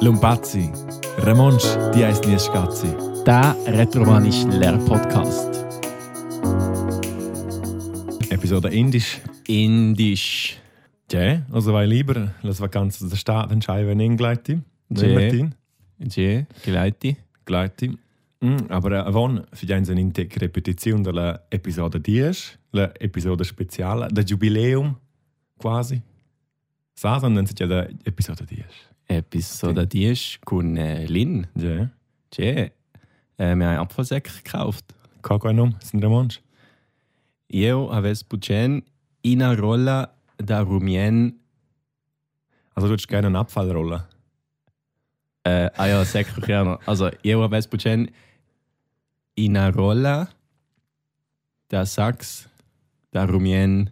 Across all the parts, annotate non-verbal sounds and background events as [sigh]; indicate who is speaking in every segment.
Speaker 1: Lumpazzi, Ramonsch, die heisst nie Schatzi.
Speaker 2: Der retromanische Lehrpodcast.
Speaker 1: Episode Indisch.
Speaker 2: Indisch.
Speaker 1: Tja, also weil lieber, das war ganz der Staat entscheiden, wenn ihn gleite.
Speaker 2: Tja. Je, geleite.
Speaker 1: Gleite. Aber äh, wann für die sind in der Repetition der Episode 10, der Episode Speziale, der Jubiläum quasi. Sa, sondern sind ja der Episode 10.
Speaker 2: Episode 10 kun äh, Lin.
Speaker 1: Tja,
Speaker 2: Je. Äh, wir haben einen Apfelsäck gekauft.
Speaker 1: kann kein Name, sind Ramonsch.
Speaker 2: Io aves pucen in a rolla da rumien.
Speaker 1: Also du würdest gerne einen Abfall rollen.
Speaker 2: Äh, ah ja, säck mich gerne. Also, io aves pucen in a rolla da sax da rumien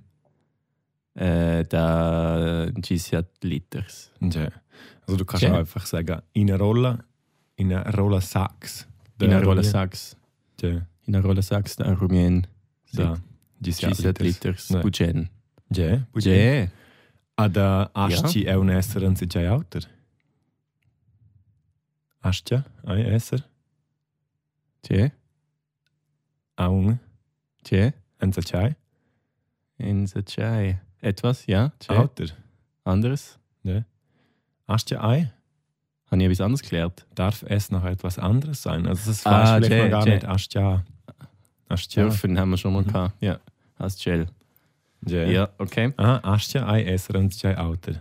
Speaker 2: äh, da 60 liters.
Speaker 1: Ja. Also du kannst
Speaker 2: Ja.
Speaker 1: auch einfach sagen, in einer Rolle, in einer Rolle Sachs.
Speaker 2: In a rolla sax.
Speaker 1: Ja,
Speaker 2: In a rolla sax da rumien.
Speaker 1: da. Dies Jahr
Speaker 2: 60 liters.
Speaker 1: Nein.
Speaker 2: Pucen.
Speaker 1: Ja, budget.
Speaker 2: Je.
Speaker 1: Ah, da Aschi auch ein Esser und sind ja älter. Aschi, ein Esser,
Speaker 2: Je.
Speaker 1: auch ein
Speaker 2: Je.
Speaker 1: und sind ja
Speaker 2: In the chai. Etwas, ja? Je.
Speaker 1: älter.
Speaker 2: Anderes?
Speaker 1: Aschi ein
Speaker 2: Habe ich etwas anderes geklärt?
Speaker 1: darf es noch etwas anderes sein. Also das weiß
Speaker 2: Ah,
Speaker 1: ich vielleicht
Speaker 2: ja,
Speaker 1: noch gar
Speaker 2: ja.
Speaker 1: nicht. Aschi, Aschi,
Speaker 2: Dürfen haben wir schon mal gehabt. Ja. Hast Gel.
Speaker 1: Mhm. ja.
Speaker 2: Ja, okay.
Speaker 1: Ah, Aschi ein Esser und sind ja älter.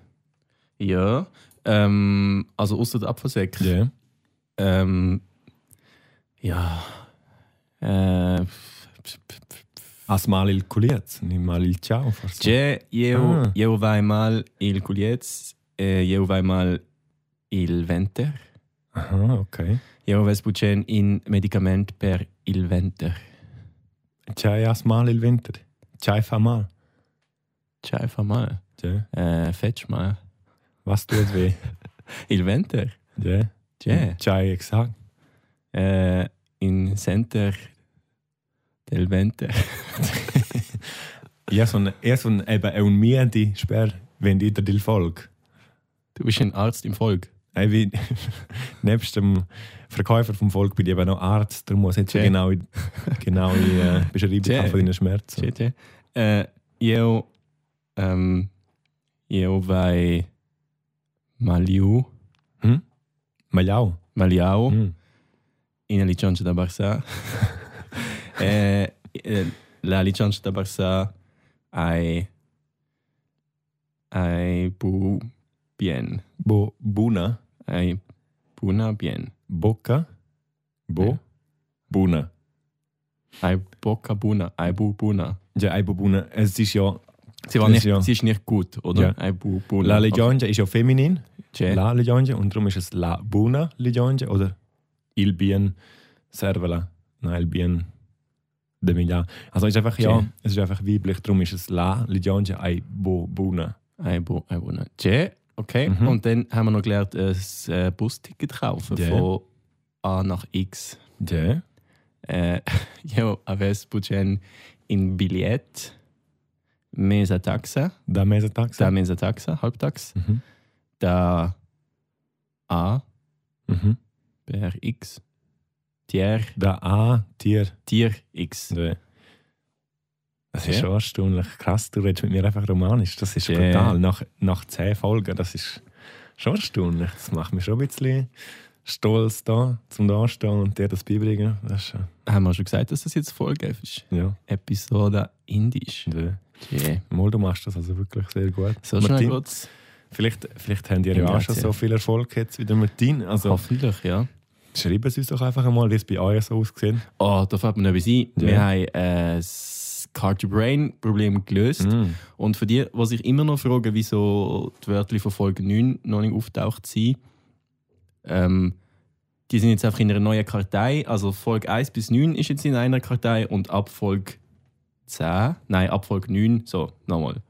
Speaker 2: Ja. Ähm, also außer der Apfelsäck.
Speaker 1: Ja.
Speaker 2: Ähm, ja. Äh, pf- pf- pf-
Speaker 1: Asmal il Kuliez, nicht mal il Ciao. forse.
Speaker 2: Je, jeu,
Speaker 1: Ah.
Speaker 2: jeu vai mal il Kuliez, eh, jeu vai mal il Venter.
Speaker 1: Aha, okay.
Speaker 2: Jeu vespucen in Medikament per il Venter.
Speaker 1: C'hai as mal il winter. C'hai fa mal.
Speaker 2: Tja, einfach mal.
Speaker 1: Tja.
Speaker 2: Äh, fetch mal.
Speaker 1: Was tut weh?
Speaker 2: Il Venter.
Speaker 1: Tja.
Speaker 2: Tja.
Speaker 1: C'hai exakt.
Speaker 2: äh, in Center del Vente.
Speaker 1: Ja, so ein, eher so ein, eben ein Miedi sper, wenn die der Volk.
Speaker 2: Du bist ein Arzt im Volk.
Speaker 1: Ey, wie, [laughs] nebst dem Verkäufer vom Volk bin ich eben noch Arzt, darum muss ich jetzt
Speaker 2: Tja.
Speaker 1: genau genau äh, [laughs] beschreiben
Speaker 2: Tja.
Speaker 1: kann von deinen Schmerzen.
Speaker 2: Tja, tja. Äh, io, ähm, io vai Maliu,
Speaker 1: Maljau.
Speaker 2: Maliau,
Speaker 1: Hm.
Speaker 2: in Alicancio
Speaker 1: [laughs]
Speaker 2: da Barça. äh, äh, la Alicancio da Barça ai, ai bu bien,
Speaker 1: Bo, Buna.
Speaker 2: ai buna bien,
Speaker 1: Bocca. Bo.
Speaker 2: Ja.
Speaker 1: Buna.
Speaker 2: ai boca buna, ai bu buna.
Speaker 1: Ja, ei, bo Buna. Es ist ja,
Speaker 2: Sie, war
Speaker 1: Das
Speaker 2: nicht,
Speaker 1: ja.
Speaker 2: sie ist nicht gut, oder?
Speaker 1: Ja.
Speaker 2: Ein Bu Bu-
Speaker 1: La Legionge ist ja feminin.
Speaker 2: Che.
Speaker 1: La Legionge und darum ist es La Buna Legionge oder Il Bien Servela. Nein, Il Bien de Mila. Also es ist einfach, ja,
Speaker 2: Okay.
Speaker 1: es ist einfach weiblich, darum ist es La Legionge ei Bo Buna.
Speaker 2: Ein Bu ein Bu- Che. Okay.
Speaker 1: Mhm.
Speaker 2: Und dann haben wir noch gelernt, äh, das äh, Busticket kaufen
Speaker 1: Ja.
Speaker 2: von A nach X.
Speaker 1: Ja.
Speaker 2: Äh, [laughs] jo, aves budget in Billett. Mesa taxa.
Speaker 1: Da mese Taxa.
Speaker 2: Da mesa taxa, halbtax.
Speaker 1: Mhm.
Speaker 2: Da A
Speaker 1: Mhm.
Speaker 2: per X. Tier,
Speaker 1: Da A Tier.
Speaker 2: Tier X.
Speaker 1: Ja. Das ist
Speaker 2: Ja.
Speaker 1: schon erstaunlich krass. Du redest mit mir einfach romanisch. Das ist
Speaker 2: Ja.
Speaker 1: brutal. Nach, nach zehn Folgen, das ist schon erstaunlich. Das macht mich schon ein bisschen stolz da, zum da stehen und dir das beibringen. Das ist schon,
Speaker 2: Haben wir schon gesagt, dass das jetzt Folge ist?
Speaker 1: ja.
Speaker 2: Episode Indisch.
Speaker 1: Ja.
Speaker 2: Che.
Speaker 1: Mal, du machst das also wirklich sehr gut.
Speaker 2: So schnell
Speaker 1: Martin,
Speaker 2: kurz.
Speaker 1: Vielleicht, vielleicht haben die ja auch schon
Speaker 2: Grazie.
Speaker 1: so viel Erfolg jetzt wie der Martin. Also
Speaker 2: Hoffentlich, ja.
Speaker 1: schreiben sie uns doch einfach mal, wie es bei euch so aussieht.
Speaker 2: Oh, da fällt mir noch etwas ein.
Speaker 1: Ja.
Speaker 2: Wir haben äh, das Card-to-Brain-Problem gelöst.
Speaker 1: Mm.
Speaker 2: Und für die, was ich immer noch frage, wieso die Wörter von Folge 9 noch nicht auftaucht sind, ähm, die sind jetzt einfach in einer neuen Kartei. Also Folge 1 bis 9 ist jetzt in einer Kartei und ab Folge 10, nein, ab Folge 9, so, nochmal.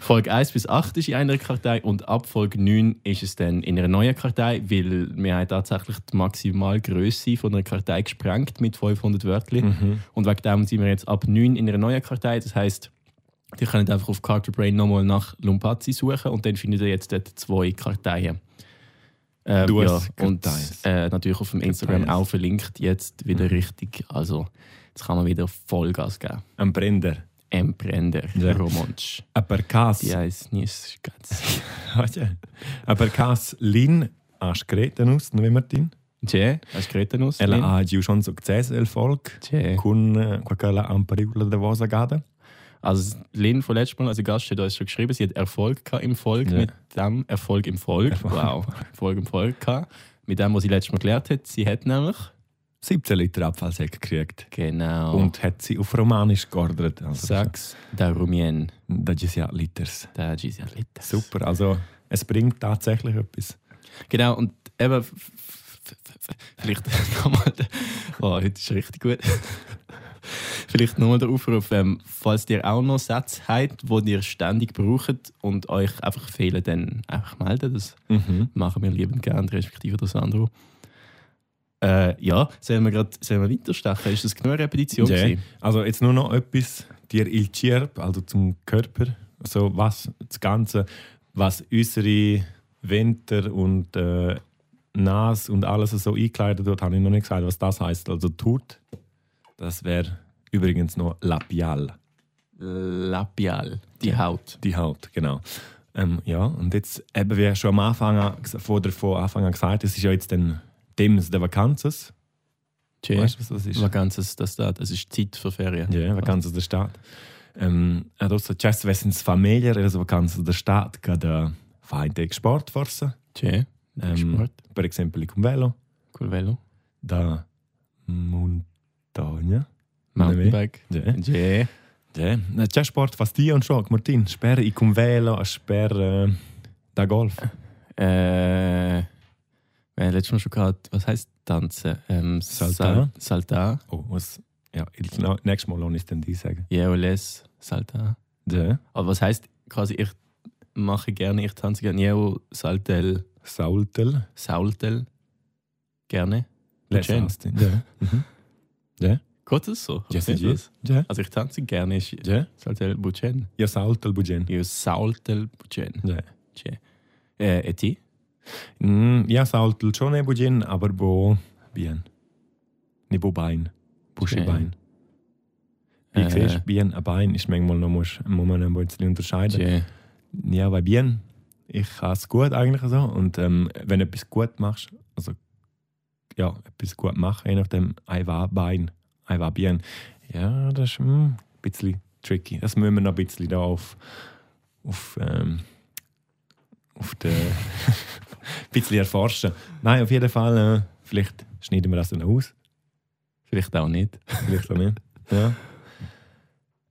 Speaker 2: Folge 1 bis 8 ist in einer Kartei und ab Folge 9 ist es dann in einer neuen Kartei, weil wir haben tatsächlich die Maximalgröße von einer Kartei gesprengt mit 500 Wörtern.
Speaker 1: Mhm.
Speaker 2: Und wegen dem sind wir jetzt ab 9 in einer neuen Kartei. Das heisst, ihr könnt einfach auf Carter Brain nochmal nach Lumpazzi suchen und dann findet ihr jetzt dort zwei Karteien. Ähm,
Speaker 1: Du
Speaker 2: ja,
Speaker 1: hast
Speaker 2: und
Speaker 1: geteilt.
Speaker 2: äh, natürlich auf dem Instagram
Speaker 1: Geteilt.
Speaker 2: auch verlinkt, jetzt wieder richtig. Also, jetzt kann man wieder Vollgas geben.
Speaker 1: Ein Brender.
Speaker 2: Emprender,
Speaker 1: Ja.
Speaker 2: Romansch.
Speaker 1: A per cas. [laughs]
Speaker 2: Die heißt nicht ganz.
Speaker 1: Oje. A per cas lin Ah, has cretenus, no Martin?
Speaker 2: Tje, hast du geredet aus?
Speaker 1: Ella ha giu schon success el folk.
Speaker 2: Tje.
Speaker 1: Con eh, quella ampariola de vosa gada.
Speaker 2: Also Lynn von letztem Mal, also Gast, da ist schon geschrieben, sie hat Erfolg gehabt im Volk
Speaker 1: Ja.
Speaker 2: mit dem Erfolg im Volk.
Speaker 1: Erfolg.
Speaker 2: Wow, Erfolg im Volk gehabt. Mit dem, was sie letztes Mal gelernt hat. Sie hat nämlich
Speaker 1: 17 Liter Abfallsäck gekriegt.
Speaker 2: genau
Speaker 1: Und hat sie auf Romanisch geordert. Also,
Speaker 2: sechs Darumien.
Speaker 1: Das ist ja Liters.
Speaker 2: Da Gisela Littes.
Speaker 1: Super, also es bringt tatsächlich etwas.
Speaker 2: Genau, und eben, f- f- f- f- vielleicht [laughs] nochmal, der- oh, heute ist richtig gut. [laughs] vielleicht nochmal der Aufruf, ähm, falls ihr auch noch Sätze habt, die ihr ständig braucht und euch einfach fehlen, dann einfach melden. Das machen wir liebend gerne, respektive das andere. Äh, ja, sollen wir, grad, sollen wir weiterstechen? Ist das genug eine Repetition?
Speaker 1: Ja.
Speaker 2: gewesen?
Speaker 1: Also jetzt nur noch etwas, dir il Cierp, also zum Körper, also was das Ganze, was unsere Winter und äh, Nas und alles so eingekleidet wird, habe ich noch nicht gesagt, was das heißt. Also tut, das wäre übrigens noch labial,
Speaker 2: Labial, die Haut.
Speaker 1: die Haut, genau. Ähm, ja, und jetzt, eben wie schon am Anfang, an- vor der, vor Anfang an gesagt, es ist ja jetzt dann Dems der Vakanzes.
Speaker 2: Tschö.
Speaker 1: Weißt du, was das ist?
Speaker 2: Vakanzes, das, da, das ist Zeit für Ferien.
Speaker 1: Ja, Vacanzas der Staat. Ähm, adesso c'è Svessens Familie, also Vacanzas der Staat, cada Feinde Sport forse.
Speaker 2: Tschö.
Speaker 1: Ähm,
Speaker 2: Sport,
Speaker 1: Per esempio, il Velo,
Speaker 2: cool Velo.
Speaker 1: da Montagna.
Speaker 2: Mountainbike. Äh,
Speaker 1: Ja.
Speaker 2: Yeah.
Speaker 1: Ja. C'è Sport fasti und Schock, Martin. Sper i cum Velo, sper äh, da Golf.
Speaker 2: Äh, wir haben letztes Mal schon gehabt, was heißt tanzen? Ähm,
Speaker 1: Saltar.
Speaker 2: Sal Saltar.
Speaker 1: Oh, was? Ja, il no, nächstes Mal lasse ich dann die sagen.
Speaker 2: Ja, und les Saltar.
Speaker 1: Ja.
Speaker 2: Aber was heißt quasi, ich mache gerne, ich tanze gerne. Ja, und Saltel.
Speaker 1: Saultel.
Speaker 2: Saultel. Gerne. Schön.
Speaker 1: Lesast. Ja. Mhm.
Speaker 2: Geht das so?
Speaker 1: Ja,
Speaker 2: Versteht
Speaker 1: sicher.
Speaker 2: das?
Speaker 1: Ja.
Speaker 2: Also ich tanze gerne. Ist
Speaker 1: Ja.
Speaker 2: Saltel Buchen.
Speaker 1: Ja, Saultel, Bugen.
Speaker 2: Ja, Saltel Buchen.
Speaker 1: Ja.
Speaker 2: Tschä. Äh, Eti?
Speaker 1: Mm, ja, Saultel schon eben gehen, aber bo bien. Nicht bo Bein. Busche
Speaker 2: Schön.
Speaker 1: Bein. Wie
Speaker 2: Äh.
Speaker 1: äh. siehst, bien, ein Bein ist manchmal noch, muss, muss man ein bisschen unterscheiden.
Speaker 2: Tschä.
Speaker 1: Ja, weil bien, ich kann es gut eigentlich so. Und ähm, wenn du etwas gut machst, also ja, etwas gut machen, je nachdem, ein war Bein, ein war bien. Ja, das ist mm, ein bisschen tricky. Das müssen wir noch ein bisschen da auf, auf, ähm, auf der, [laughs] ein bisschen erforschen. Nein, auf jeden Fall, äh, vielleicht schneiden wir das dann aus.
Speaker 2: Vielleicht auch nicht.
Speaker 1: Vielleicht auch nicht. Ja.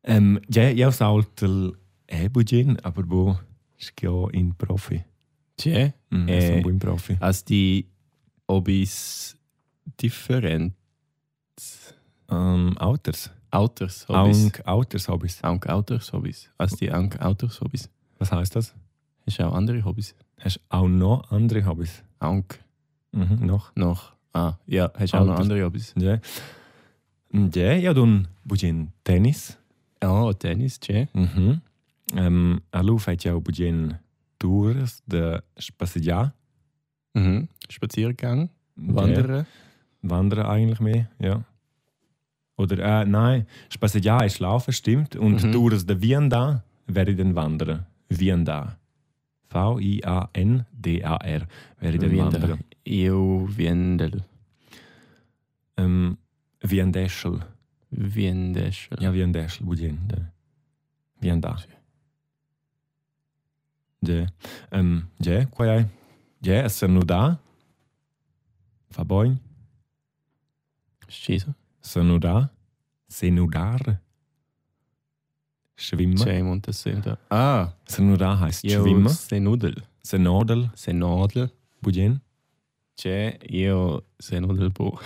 Speaker 1: Ähm, ja, ich aus Altel Ebugin, äh, aber wo ist ja in Profi.
Speaker 2: Tschä.
Speaker 1: Mhm,
Speaker 2: Äh.
Speaker 1: äh. in Profi.
Speaker 2: als die Hobbys different
Speaker 1: Ähm, Outers.
Speaker 2: Autors Hobbys.
Speaker 1: Aung Outers Hobbys.
Speaker 2: Aunk Autors Hobbys. Als die Aunk Autors Hobbys.
Speaker 1: Was heißt das?
Speaker 2: Hast du auch andere Hobbys?
Speaker 1: Hast du auch noch andere Hobbys?
Speaker 2: Aunk
Speaker 1: Mhm, noch.
Speaker 2: noch. Ah, ja, hast du auch noch
Speaker 1: Outers.
Speaker 2: andere Hobbys?
Speaker 1: Ja. Ja, ja, dann Bugin Tennis.
Speaker 2: Oh, Tennis, tschä.
Speaker 1: Mhm. Ähm, Alu fährt ja auch Bugin Tours de Spassia.
Speaker 2: Mhm. Spaziergang, Wandern.
Speaker 1: Wandern eigentlich mehr, ja. Oder äh, nein, Spassia ist Laufen, stimmt. Und
Speaker 2: Mhm.
Speaker 1: durch das Vianda wäre ich dann Wandern. Vianda. V-I-A-N-D-A-R wäre ich dann
Speaker 2: Vianda.
Speaker 1: Wandern.
Speaker 2: Io Wiendel.
Speaker 1: Ähm, Viandeschel.
Speaker 2: Wiendesch.
Speaker 1: Ja, Viandeschel, Budin. da. Vianda. Ja. Ähm, ja, qual é? Ja, esser nur da. Fabon,
Speaker 2: Schieße.
Speaker 1: esser nur da. Senudar. Schwimmen.
Speaker 2: Tschä, Montesenta. Ah,
Speaker 1: Senudar heißt
Speaker 2: io
Speaker 1: Schwimmen.
Speaker 2: Senudel.
Speaker 1: Senodel,
Speaker 2: Senodel.
Speaker 1: Budjen.
Speaker 2: Tschä, io [laughs] Senudelbo.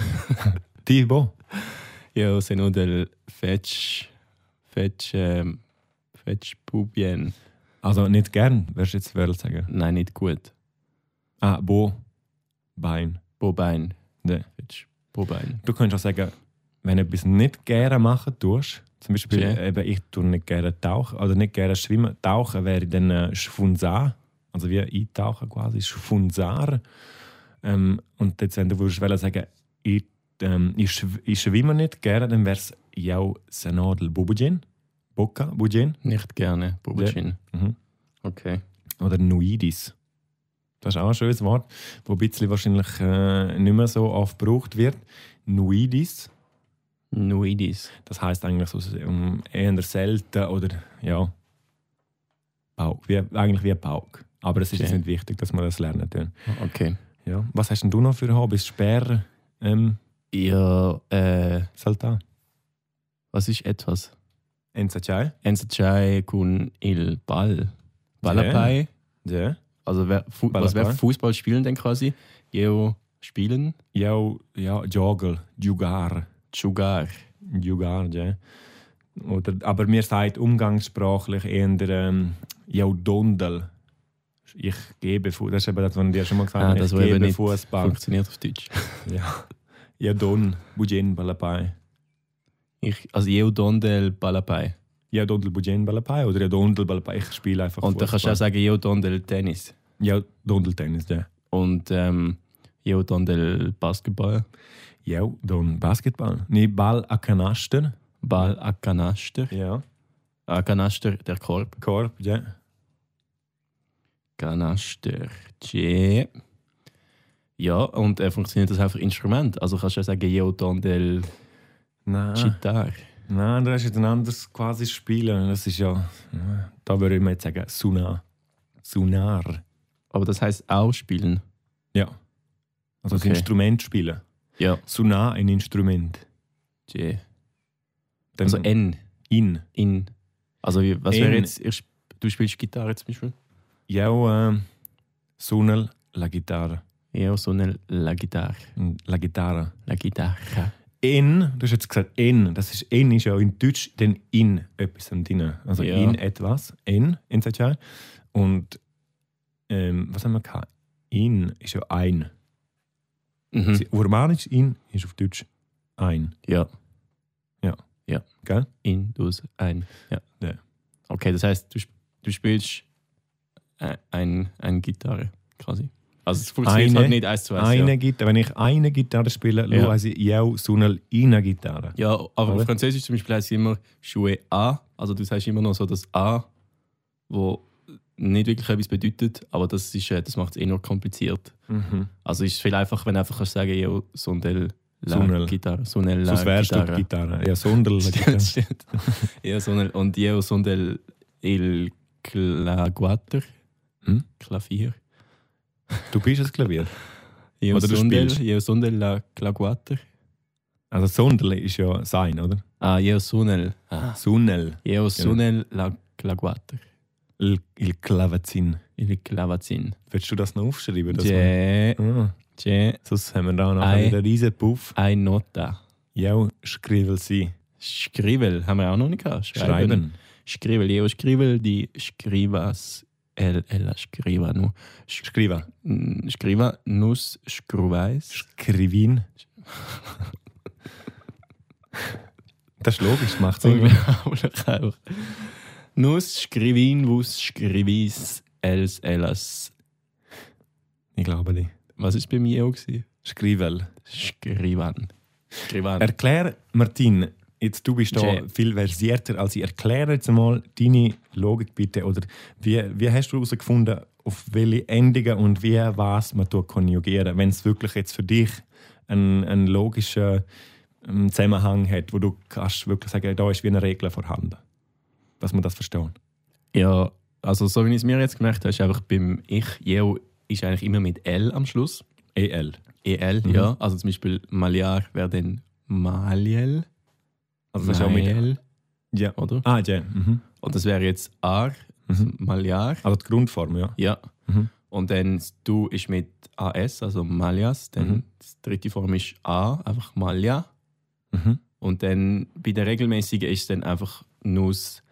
Speaker 1: Tibo.
Speaker 2: Io sono del Fetch. Fetch. Ähm, Fetch Pubien.
Speaker 1: Also nicht gern, wirst du jetzt Wörl sagen.
Speaker 2: Nein, nicht gut.
Speaker 1: Ah, Bo. Bein.
Speaker 2: Bobein.
Speaker 1: Ja.
Speaker 2: Fetch Bobein.
Speaker 1: Du könntest auch sagen, wenn du etwas nicht gerne machen tust, zum Beispiel,
Speaker 2: Ja.
Speaker 1: eben, ich tue nicht gerne tauchen oder nicht gerne schwimmen. Tauchen wäre dann äh, Schfunzar, also wie eintauchen quasi, Schfunzar. Ähm, und jetzt, wenn du würdest wollen sagen, ich, ähm, ich, schw ich schwimme nicht gerne, dann wäre es «Jau Senadel Bubujin», «Boca Bujin»
Speaker 2: Nicht gerne, Bubacin.
Speaker 1: Mhm.
Speaker 2: Okay.
Speaker 1: oder «Nuidis». Das ist auch ein schönes Wort, das ein bisschen wahrscheinlich äh, nicht mehr so oft gebraucht wird. «Nuidis»,
Speaker 2: Nuidis.
Speaker 1: das heißt eigentlich so ähm, eher selten oder ja, Pauk. Wie, eigentlich wie ein Pauk. Aber es ist
Speaker 2: Okay.
Speaker 1: jetzt nicht wichtig, dass wir das lernen tun.
Speaker 2: Okay.
Speaker 1: Ja. Was hast denn du noch für Hobbys? Speer, ähm,
Speaker 2: Ihr, äh,
Speaker 1: Salta,
Speaker 2: was ist etwas?
Speaker 1: Enzachai?
Speaker 2: Enzachai kun il Ball. Ballapai.
Speaker 1: Ja.
Speaker 2: Also wer, Fu
Speaker 1: Ballapai.
Speaker 2: was wäre Fußball spielen denn quasi? Jeo spielen?
Speaker 1: Ja, ja, Jogel, Jugar,
Speaker 2: Jugar.
Speaker 1: Jugar, ja. Oder, aber mir sagt umgangssprachlich eher ähm, ja, Dondel. Ich gebe Fußball. Das ist eben das, was ich dir schon mal gesagt
Speaker 2: Ah,
Speaker 1: habe.
Speaker 2: das,
Speaker 1: ich
Speaker 2: was eben
Speaker 1: gebe
Speaker 2: nicht
Speaker 1: Fußball.
Speaker 2: Funktioniert auf Deutsch.
Speaker 1: Ja. Ja, Don, Bujen Balapai.
Speaker 2: Ich, also Jeo Dondel Ballapai.
Speaker 1: Ja, Dondel Bujen Balapai oder ja, Dondel Balapai. Ich spiele einfach
Speaker 2: Und dann kannst du auch sagen Jeo Dondel Tennis.
Speaker 1: Ja, Dondel Tennis, ja.
Speaker 2: Und ähm, Jeo Dondel Basketball.
Speaker 1: Ja, Don Basketball. Nee, Ball a Kanaster.
Speaker 2: Ball a Kanaster.
Speaker 1: Ja.
Speaker 2: A Kanaster, der Korb.
Speaker 1: Korb, ja.
Speaker 2: Kanaster. Tje. Ja, und äh, funktioniert das auch für Instrument? Also kannst du auch sagen Jeo Dondel
Speaker 1: Nein.
Speaker 2: Gitarre.
Speaker 1: Nein, das ist jetzt ein anderes quasi Spielen. Das ist ja, da würde ich mir jetzt sagen, Sunar. Sunar.
Speaker 2: Aber das heißt auch spielen.
Speaker 1: Ja. Also
Speaker 2: Okay.
Speaker 1: das Instrument spielen.
Speaker 2: Ja.
Speaker 1: Sunar, ein Instrument.
Speaker 2: Tje.
Speaker 1: Dann
Speaker 2: Also N.
Speaker 1: in.
Speaker 2: in. Also wie- was
Speaker 1: In.
Speaker 2: wäre jetzt, ich, sp- du spielst Gitarre zum Beispiel?
Speaker 1: Ja, ähm, Sunel, la Gitarre. Hm,
Speaker 2: Ja, so eine La Gitarre.
Speaker 1: La Gitarre.
Speaker 2: La Gitarre.
Speaker 1: In, du hast jetzt gesagt in, das ist in, ist ja in Deutsch dann in etwas und drin. Also
Speaker 2: Ja.
Speaker 1: in etwas, in, in Sachal. Und ähm, was haben wir gehabt? In ist ja ein.
Speaker 2: Mhm.
Speaker 1: Sie- Romanisch in ist auf Deutsch ein.
Speaker 2: Ja,
Speaker 1: Gell?
Speaker 2: in, dus, ein. Ja.
Speaker 1: Ja.
Speaker 2: Okay, das heißt, du, sp- du spielst äh, ein, ein Gitarre quasi. Also es funktioniert
Speaker 1: Eine-
Speaker 2: halt nicht eins zu eins.
Speaker 1: Eine
Speaker 2: Ja.
Speaker 1: Gitarre. Wenn ich eine Gitarre spiele,
Speaker 2: Ja.
Speaker 1: ja. heiße ich ja Sunel eine Gitarre.
Speaker 2: ja, aber auf
Speaker 1: Oder?
Speaker 2: Französisch zum Beispiel heißt es immer Jouer A. Also du sagst immer noch so das A, wo nicht wirklich etwas bedeutet, aber das, ist, äh, das macht es eh nur kompliziert.
Speaker 1: Mhm.
Speaker 2: Also ist es viel einfacher, wenn du einfach kannst sagen ja, Sondel
Speaker 1: Sonel.
Speaker 2: la Gitarre. Sondel la
Speaker 1: Sonst wärst du die
Speaker 2: Gitarre.
Speaker 1: Gitarre. Ja, Sunel la Gitarre.
Speaker 2: [laughs] Stimmt, stimmt. Ja, Sonel. Und ja, Sondel il Claguater.
Speaker 1: Hm?
Speaker 2: Klavier.
Speaker 1: Du bist ein Klavier.
Speaker 2: Ja,
Speaker 1: Oder du
Speaker 2: Sondel,
Speaker 1: spielst.
Speaker 2: ja, Sondel la Claguater.
Speaker 1: Also Sunel ist ja sein, oder?
Speaker 2: Ah, ja, Sonel. Ah.
Speaker 1: Sunel,
Speaker 2: Ja,
Speaker 1: Genau.
Speaker 2: Sonel la Claguater.
Speaker 1: il, il Clavazin.
Speaker 2: Il Clavazin.
Speaker 1: Willst du das noch aufschreiben? dass wir-
Speaker 2: Je,
Speaker 1: Ah,
Speaker 2: je,
Speaker 1: sonst haben wir da nachher
Speaker 2: Ei.
Speaker 1: wieder einen riesen Puff.
Speaker 2: ein Nota.
Speaker 1: Ja, schreiben sie.
Speaker 2: Schrivel haben wir auch noch nicht gehabt.
Speaker 1: Schreiben.
Speaker 2: Scrivel, io scrivel di scrivas el ella scriva nu
Speaker 1: Schreiben.
Speaker 2: Mm, scriva nus scrivais
Speaker 1: Skrivin. Das ist logisch, macht Sinn.
Speaker 2: unglaublich einfach nus scrivin vus scrivis els ellas
Speaker 1: Ich glaube nicht.
Speaker 2: was ist bei mir auch gewesen?
Speaker 1: Schreiben.
Speaker 2: scrivan scrivan
Speaker 1: Erklär, Martin, jetzt du bist da
Speaker 2: Jay.
Speaker 1: viel versierter als ich. Erklär jetzt mal deine Logik bitte. Oder wie, wie hast du herausgefunden, auf welche Endungen und wie was man tut konjugieren, wenn es wirklich jetzt für dich einen, einen logischen ähm, Zusammenhang hat, wo du kannst wirklich sagen, da ist wie eine Regel vorhanden. Dass man das versteht.
Speaker 2: ja also so wie ich es mir jetzt gemerkt habe ist einfach beim ich jeo ist eigentlich immer mit l am Schluss E
Speaker 1: EL.
Speaker 2: el
Speaker 1: Mhm.
Speaker 2: ja also zum Beispiel Maliar wäre dann Maliel
Speaker 1: Also das ist auch mit.
Speaker 2: Mael,
Speaker 1: Ja.
Speaker 2: oder
Speaker 1: Ah, ja. Mhm.
Speaker 2: Und das wäre jetzt AR,
Speaker 1: Mhm.
Speaker 2: Maliar.
Speaker 1: Also die Grundform, ja.
Speaker 2: Ja.
Speaker 1: Mhm.
Speaker 2: Und dann das Du ist mit AS, also Malias. Dann
Speaker 1: Mhm.
Speaker 2: die dritte Form ist A, einfach Malia.
Speaker 1: Mhm.
Speaker 2: Und dann bei der regelmäßigen ist es dann einfach Nus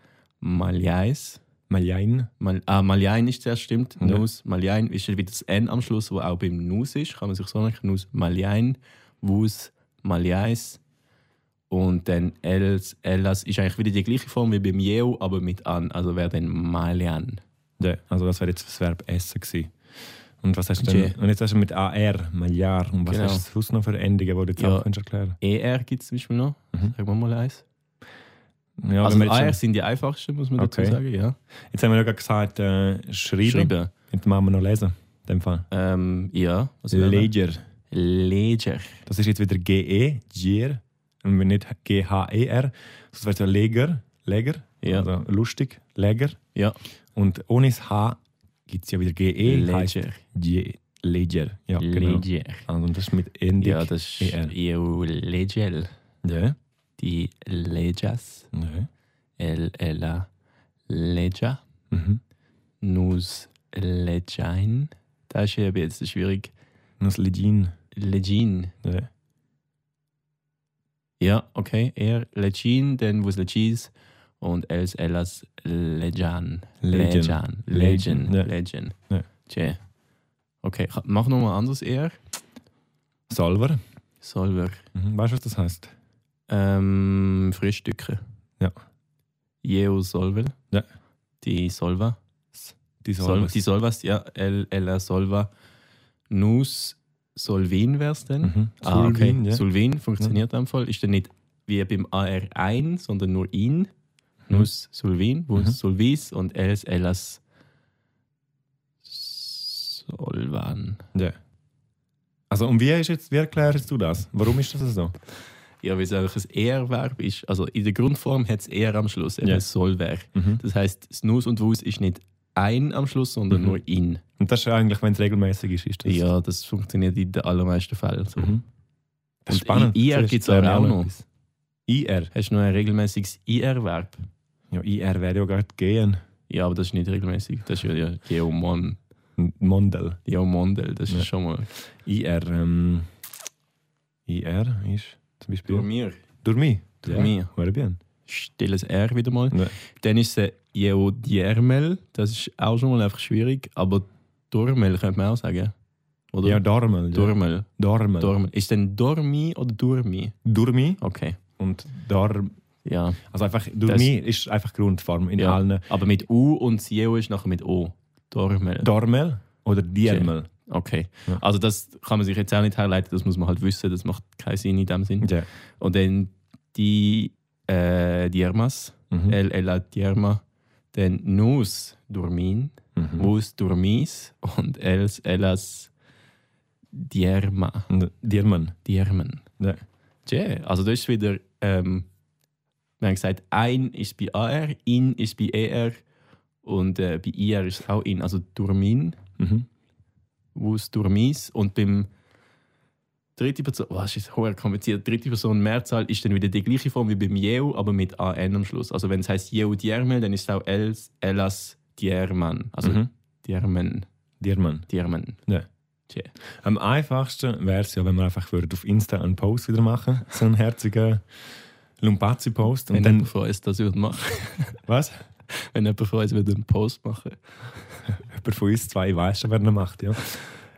Speaker 2: Maliais.
Speaker 1: Maljain.
Speaker 2: Mal, ah, Maljain ist zuerst, stimmt.
Speaker 1: Ja.
Speaker 2: Nus Maljain ist dann wieder das N am Schluss, wo auch beim Nus ist. Kann man sich so merken. Nus Maljain, Wus Maliais. Und dann Els, Elas ist eigentlich wieder die gleiche Form wie beim Jeo, aber mit An. Also wäre dann Malian.
Speaker 1: Ja. Also das wäre jetzt das Verb essen gewesen. Und was hast du denn?
Speaker 2: J.
Speaker 1: Und jetzt hast du mit AR, Maljar. Und was
Speaker 2: Genau.
Speaker 1: hast du sonst noch für Endungen, die du jetzt
Speaker 2: Ja.
Speaker 1: auch könntest erklären
Speaker 2: ER gibt es E zum Beispiel noch.
Speaker 1: Mhm.
Speaker 2: Sagen wir mal eins.
Speaker 1: Ja,
Speaker 2: also
Speaker 1: wenn wir
Speaker 2: AR
Speaker 1: jetzt,
Speaker 2: sind die einfachsten, muss man
Speaker 1: Okay.
Speaker 2: dazu sagen. Ja.
Speaker 1: schon- jetzt haben wir ja gerade gesagt, äh, schreiben.
Speaker 2: Schreiben.
Speaker 1: Jetzt machen wir noch lesen. In dem Fall.
Speaker 2: Ähm, ja. Was wäre-
Speaker 1: Ledger.
Speaker 2: Ledger.
Speaker 1: Das ist jetzt wieder GE, Gier. Und wenn nicht G-H-E-R. Das wäre ja Leger. Leger.
Speaker 2: Ja.
Speaker 1: Also lustig. Leger.
Speaker 2: Ja.
Speaker 1: Und ohne das H gibt es ja wieder GE. heißt
Speaker 2: Ledger.
Speaker 1: G Ledger. Ja, genau. E
Speaker 2: Ledger.
Speaker 1: Also, und das ist mit Endig.
Speaker 2: Ja, das ist
Speaker 1: ER.
Speaker 2: EU Ledger.
Speaker 1: Ja.
Speaker 2: Die Ledgers.
Speaker 1: ja.
Speaker 2: LLA. Ledger.
Speaker 1: Mhm.
Speaker 2: Nus Legine. Das ist eben jetzt schwierig.
Speaker 1: Und das äh, Legin.
Speaker 2: Legine.
Speaker 1: Ja.
Speaker 2: Ja, okay. Er Legine, dann was Legis und Els Ellas Legian.
Speaker 1: Legion.
Speaker 2: Legian.
Speaker 1: Legion,
Speaker 2: Legion.
Speaker 1: ja.
Speaker 2: Legion.
Speaker 1: Ja.
Speaker 2: Tja. Okay, ha- mach nochmal anders er.
Speaker 1: Solver.
Speaker 2: Solver.
Speaker 1: Mhm. Weißt du, was das heißt?
Speaker 2: Ähm, Frühstücke.
Speaker 1: Ja.
Speaker 2: Jeo Solvel.
Speaker 1: Ja.
Speaker 2: Die Solva.
Speaker 1: Die
Speaker 2: Sol
Speaker 1: Solvers.
Speaker 2: die Solvas, ja. El Ella Solva. Nus Solvin wär's denn?
Speaker 1: Mhm.
Speaker 2: Ah, okay.
Speaker 1: Solvin, ja.
Speaker 2: Sulvin funktioniert am Fall. Ist dann nicht wie beim AR ein, sondern nur in. Nus Sulvin, wo
Speaker 1: Mhm.
Speaker 2: Sulvis und Els Ellas Solvan.
Speaker 1: ja. Also, und wie, ist jetzt, wie erklärst du das? Warum ist das so?
Speaker 2: Ja, weil es einfach ein Er-Verb ist. Also in der Grundform hat es Er am Schluss, eben
Speaker 1: Ja.
Speaker 2: Solver.
Speaker 1: Mhm.
Speaker 2: Das heißt, Snus und Wus ist nicht ein am Schluss, sondern
Speaker 1: Mhm.
Speaker 2: nur in.
Speaker 1: Und das ist eigentlich, wenn es regelmäßig ist, ist das.
Speaker 2: Ja, das funktioniert in den allermeisten Fällen. So.
Speaker 1: Mhm. Das ist
Speaker 2: Und
Speaker 1: spannend.
Speaker 2: I- IR
Speaker 1: Zuerst
Speaker 2: gibt's
Speaker 1: lerne ich
Speaker 2: aber auch noch.
Speaker 1: etwas. IR?
Speaker 2: Hast du noch ein regelmäßiges IR-Verb?
Speaker 1: Ja, IR wäre ja gerade gehen.
Speaker 2: Ja, aber das ist nicht regelmäßig. Das ist ja, ja Geomon.
Speaker 1: Mondel.
Speaker 2: Geomondel, das ist
Speaker 1: Ja.
Speaker 2: schon mal.
Speaker 1: IR, ähm, IR ist zum Beispiel...
Speaker 2: mir.
Speaker 1: Dormi.
Speaker 2: Durch mich.
Speaker 1: Wäre bien.
Speaker 2: Stilles R wieder mal.
Speaker 1: Ja.
Speaker 2: Dann ist es Geodiermel. Das ist auch schon mal einfach schwierig. Aber Dormel könnte man auch sagen. Oder?
Speaker 1: Ja, Dormel. Ja.
Speaker 2: Dormel.
Speaker 1: Dormel.
Speaker 2: Dormel. Ist denn Dormi oder Durmi?
Speaker 1: Dormi
Speaker 2: Okay.
Speaker 1: und Dorm...
Speaker 2: Ja.
Speaker 1: Also einfach, Dormi ist einfach Grundform in
Speaker 2: Ja.
Speaker 1: allen.
Speaker 2: Aber mit U und das Jeo ist nachher mit O. Dormel.
Speaker 1: Dormel oder Diermel.
Speaker 2: Okay.
Speaker 1: Ja.
Speaker 2: Also das kann man sich jetzt auch nicht herleiten, das muss man halt wissen, das macht keinen Sinn in dem Sinn.
Speaker 1: Ja.
Speaker 2: Und dann die äh, Diermas,
Speaker 1: Mhm.
Speaker 2: El Ella Dierma, dann Nus Durmin,
Speaker 1: Mhm.
Speaker 2: Vus Durmis und Els Ellas Dierma,
Speaker 1: Und Diermen.
Speaker 2: Diermen.
Speaker 1: Ja.
Speaker 2: Tja, also das ist wieder, ähm, wir haben gesagt, ein ist bei AR, in ist bei ER und äh, bei IR ist es auch in, also Durmin.
Speaker 1: Mhm.
Speaker 2: Wus Durmis und beim dritte Person, oh, das ist hoher kompliziert, dritte Person Mehrzahl ist dann wieder die gleiche Form wie beim Jeu, aber mit AN am Schluss. Also wenn es heißt Jeu Diermel, dann ist es auch Els, Elas Dierman. Also
Speaker 1: Mhm.
Speaker 2: Diermen,
Speaker 1: Diermen.
Speaker 2: Diermen.
Speaker 1: Am einfachsten wäre es ja, wenn wir einfach würden auf Insta einen Post wieder machen so einen herzigen Lumpazi-Post.
Speaker 2: Wenn
Speaker 1: Und
Speaker 2: jemand
Speaker 1: dann,
Speaker 2: von uns das würde machen,
Speaker 1: was?
Speaker 2: [laughs] wenn jemand von uns würde einen Post machen.
Speaker 1: Jemand von uns zwei weiß schon, wer ihn macht, ja.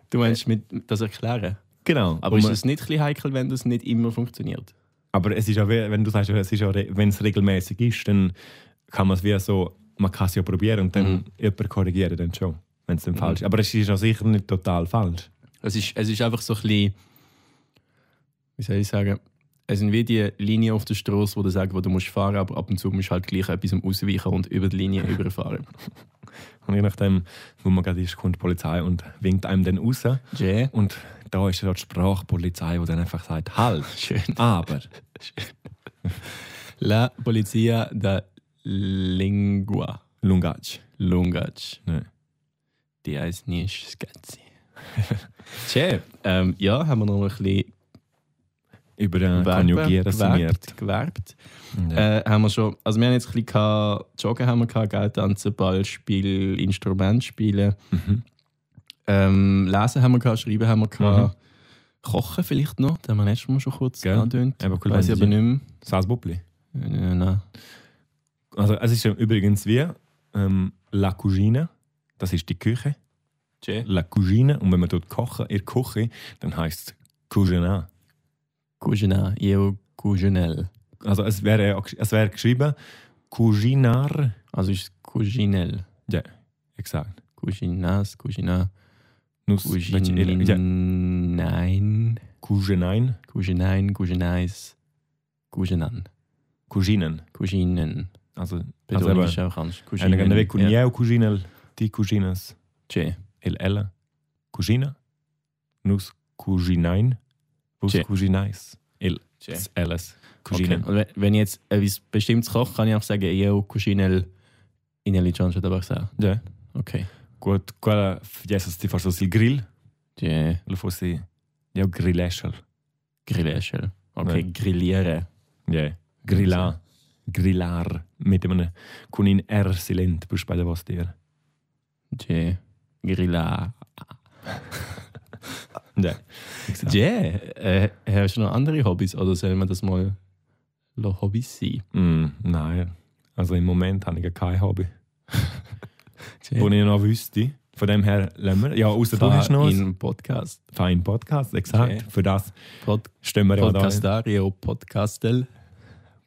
Speaker 2: Du meinst mit, das erklären.
Speaker 1: Genau.
Speaker 2: Aber
Speaker 1: Und
Speaker 2: ist
Speaker 1: man-
Speaker 2: es nicht ein bisschen heikel, wenn das nicht immer funktioniert?
Speaker 1: aber es ist ja, wie- wenn du sagst, es ist ja, re- wenn es regelmäßig ist, dann kann man es wie so, man kann es ja probieren und dann
Speaker 2: Mhm.
Speaker 1: jemand korrigieren dann schon, wenn es dann falsch ist. Aber es ist ja sicher nicht total falsch.
Speaker 2: Es ist, es ist einfach so ein bisschen, wie soll ich sagen, es sind wie die Linien auf der Straße, wo du sagst, wo du musst fahren, aber ab und zu musst du halt gleich etwas ausweichen und über die Linie [laughs] überfahren.
Speaker 1: Und je nachdem, wo man gerade ist, kommt die Polizei und winkt einem dann raus.
Speaker 2: Jay?
Speaker 1: Und da ist ja die Sprachpolizei, die dann einfach sagt, halt,
Speaker 2: [laughs] Schön.
Speaker 1: aber.
Speaker 2: La Polizia da Lingua
Speaker 1: Lungatsch.
Speaker 2: Lungac.
Speaker 1: Nein.
Speaker 2: Die heißt nicht Skazzi. [laughs] Jay, ähm, ja, haben wir noch ein bisschen
Speaker 1: Über äh,
Speaker 2: gewerben,
Speaker 1: Konjugieren summiert.
Speaker 2: gewerbt. gewerbt.
Speaker 1: Ja.
Speaker 2: Äh, haben wir schon, also wir haben jetzt ein bisschen gehabt, Joggen haben wir gehabt, Geld tanzen, Ballspiel, Instrument spielen.
Speaker 1: Mhm.
Speaker 2: Ähm, lesen haben wir gehabt, schreiben haben wir gehabt. Kochen vielleicht noch, da haben wir letztes Mal schon kurz
Speaker 1: Mhm. Gell?
Speaker 2: angedeutet.
Speaker 1: Aber cool,
Speaker 2: Weiß ich aber
Speaker 1: wenn
Speaker 2: nicht mehr.
Speaker 1: Salzbubli.
Speaker 2: Äh, nein.
Speaker 1: Also es ist ja übrigens wie ähm, La Cucina. Das ist die Küche. La Cucina. Und wenn man dort kochen, in der Küche, dann heisst es Cucina.
Speaker 2: Cousinan, Io Cousinel.
Speaker 1: Also es wäre, ja auch- es wäre geschrieben Cuginar.
Speaker 2: Also ist es Cousinel.
Speaker 1: Exakt.
Speaker 2: Cousinas, Cousina.
Speaker 1: Nuss, welche- ja,
Speaker 2: Nein.
Speaker 1: Cousinein,
Speaker 2: Cousinein, Cousineis, Cousinan,
Speaker 1: Cousinen.
Speaker 2: Cousinen.
Speaker 1: Also, also
Speaker 2: Betonung
Speaker 1: eben,
Speaker 2: ist auch ganz.
Speaker 1: eine grande vez
Speaker 2: ja.
Speaker 1: cugneo, cousinel, ti cousines,
Speaker 2: Che.
Speaker 1: el ella, cousina, nus cousinein, vos
Speaker 2: Sì.
Speaker 1: cousinais, il,
Speaker 2: Che.
Speaker 1: elles,
Speaker 2: Okay.
Speaker 1: cousinen.
Speaker 2: Und wenn- Wenn ich jetzt etwas Bestimmtes koche, kann ich einfach sagen, io Cousinel in Eligianza da Barsa.
Speaker 1: Ja.
Speaker 2: Okay.
Speaker 1: Quod, quella fjesas ti forse il grill,
Speaker 2: Che.
Speaker 1: lo fossi, io grilleschel.
Speaker 2: Grilleschel. Okay,
Speaker 1: Nein.
Speaker 2: grilliere.
Speaker 1: Ja. Grilla, grillar, mit einem, con in R silent, per spada vos dir.
Speaker 2: Che. Grilla.
Speaker 1: Ja.
Speaker 2: Che. Äh, hast du noch andere Hobbys oder sollen wir das mal lo Hobbys sein?
Speaker 1: Mm, nein, also im Moment habe ich kein Hobby.
Speaker 2: Che.
Speaker 1: wo ich noch wüsste. Von dem her lassen wir. Ja, außer du hast noch einen
Speaker 2: in Podcast.
Speaker 1: feinen Podcast, exakt.
Speaker 2: Okay.
Speaker 1: Für das
Speaker 2: Pod
Speaker 1: stehen wir ja da.
Speaker 2: Podcastario, Podcastel.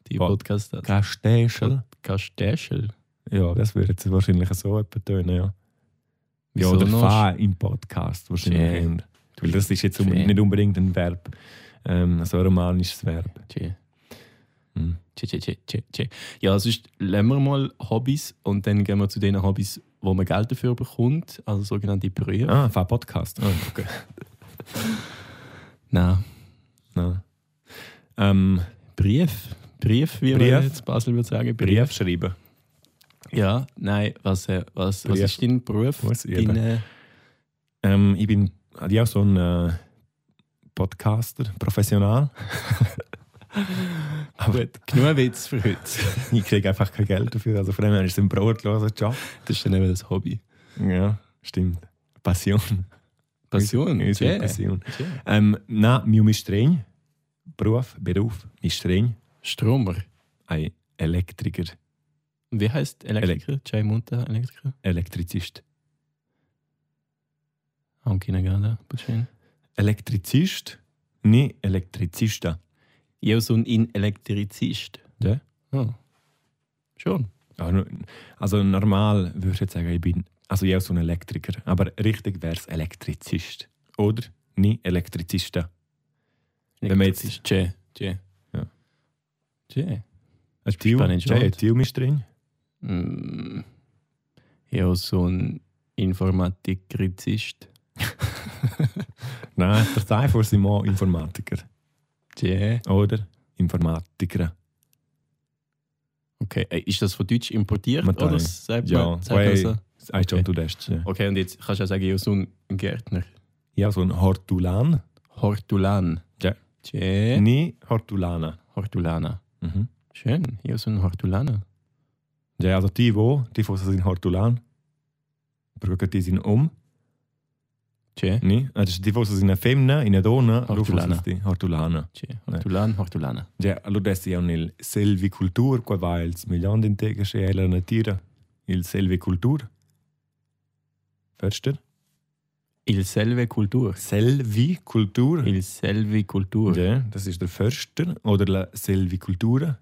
Speaker 2: Die
Speaker 1: Pod-
Speaker 2: Podcaster.
Speaker 1: Kastäschel.
Speaker 2: Kastäschel.
Speaker 1: Ja, das würde jetzt wahrscheinlich so etwas tönen, ja. Ja,
Speaker 2: Wieso
Speaker 1: oder
Speaker 2: noch?
Speaker 1: fein im Podcast wahrscheinlich.
Speaker 2: Schön.
Speaker 1: eher. Weil das ist jetzt um,
Speaker 2: Schön.
Speaker 1: nicht unbedingt ein Verb. Ähm, so ein romanisches Verb.
Speaker 2: Che.
Speaker 1: Mhm.
Speaker 2: Che, che, che, che, che. Ja, sonst lassen wir mal Hobbys und dann gehen wir zu den Hobbys, wo man Geld dafür bekommt, also sogenannte Brühe.
Speaker 1: Ah, fein Podcast. Ah, okay.
Speaker 2: Nein,
Speaker 1: Nein. Ähm,
Speaker 2: Brief. Brief, wie
Speaker 1: Brief.
Speaker 2: man jetzt in Basel würde sagen. Brief.
Speaker 1: Brief schreiben.
Speaker 2: Ja, nein, was, äh, was, was
Speaker 1: Brief.
Speaker 2: ist dein Beruf?
Speaker 1: Was eben.
Speaker 2: dein, äh,
Speaker 1: Ähm, ich bin ja so ein äh, Podcaster, professional.
Speaker 2: [laughs]
Speaker 1: Aber
Speaker 2: gut, genug Witz für heute.
Speaker 1: ich kriege einfach kein Geld dafür. Also von dem her ist es ein brotloser Job.
Speaker 2: Das ist dann eben das Hobby.
Speaker 1: Ja, stimmt. Passion.
Speaker 2: Passion.
Speaker 1: Unsere
Speaker 2: Che.
Speaker 1: Passion.
Speaker 2: Che.
Speaker 1: Ähm, na, meu ist streng. Beruf, Beruf, ist streng.
Speaker 2: Stromer.
Speaker 1: Ein Elektriker,
Speaker 2: Wie heißt Elektriker? Jay Munter, Elektriker?
Speaker 1: Elektrizist.
Speaker 2: Am Kindergarten, Butschin.
Speaker 1: Elektrizist, nicht Elektrizista.
Speaker 2: Ja, so ein Elektrizist.
Speaker 1: Ja.
Speaker 2: Oh. Schon.
Speaker 1: Ja, nu- Also normal würde ich jetzt sagen, ich bin also ich auch so ein Elektriker. Aber richtig wäre es Elektrizist. Oder nicht Elektrizisten. Wenn man jetzt-
Speaker 2: Che. Che.
Speaker 1: Ja.
Speaker 2: Che.
Speaker 1: Ein Tio,
Speaker 2: spannend,
Speaker 1: Ja,
Speaker 2: ja.
Speaker 1: ein Tio ist drin.
Speaker 2: Mm. Ja, so ein Informatikrizist.
Speaker 1: Nein, der Seifer sind mal Informatiker.
Speaker 2: Che.
Speaker 1: Oder? Informatiker.
Speaker 2: Okay. Äh, Ist das von Deutsch importiert?
Speaker 1: Matei.
Speaker 2: Oder sagt
Speaker 1: Ja.
Speaker 2: man, sagt man
Speaker 1: Oi.
Speaker 2: so?
Speaker 1: Ein Job
Speaker 2: Okay.
Speaker 1: du lässt. Ja,
Speaker 2: Okay, und jetzt kannst du auch sagen, ja, so ein Gärtner.
Speaker 1: Ja, so ein Hortulan.
Speaker 2: Hortulan.
Speaker 1: Ja. Mm.
Speaker 2: Che.
Speaker 1: Nicht Hortulana.
Speaker 2: Hortulana.
Speaker 1: Mhm.
Speaker 2: Schön. Ja, so ein Hortulana.
Speaker 1: Ja, also die, wo, die von sind Hortulan. Brücken die sind um.
Speaker 2: Che.
Speaker 1: Nicht? Ah, Das ist die, die sind eine Femna, eine Donna.
Speaker 2: Hortulana.
Speaker 1: Hortulana.
Speaker 2: Che. Hortulan, Hortulana.
Speaker 1: Ja, allora adesso è il selvicultur, qua va il milione di integri che è la natura, il selvicultur. Verstehst du?
Speaker 2: Il selve Kultur.
Speaker 1: Selvicultur.
Speaker 2: Il selve Kultur.
Speaker 1: Ja, das ist der Förster oder la Selvicultura.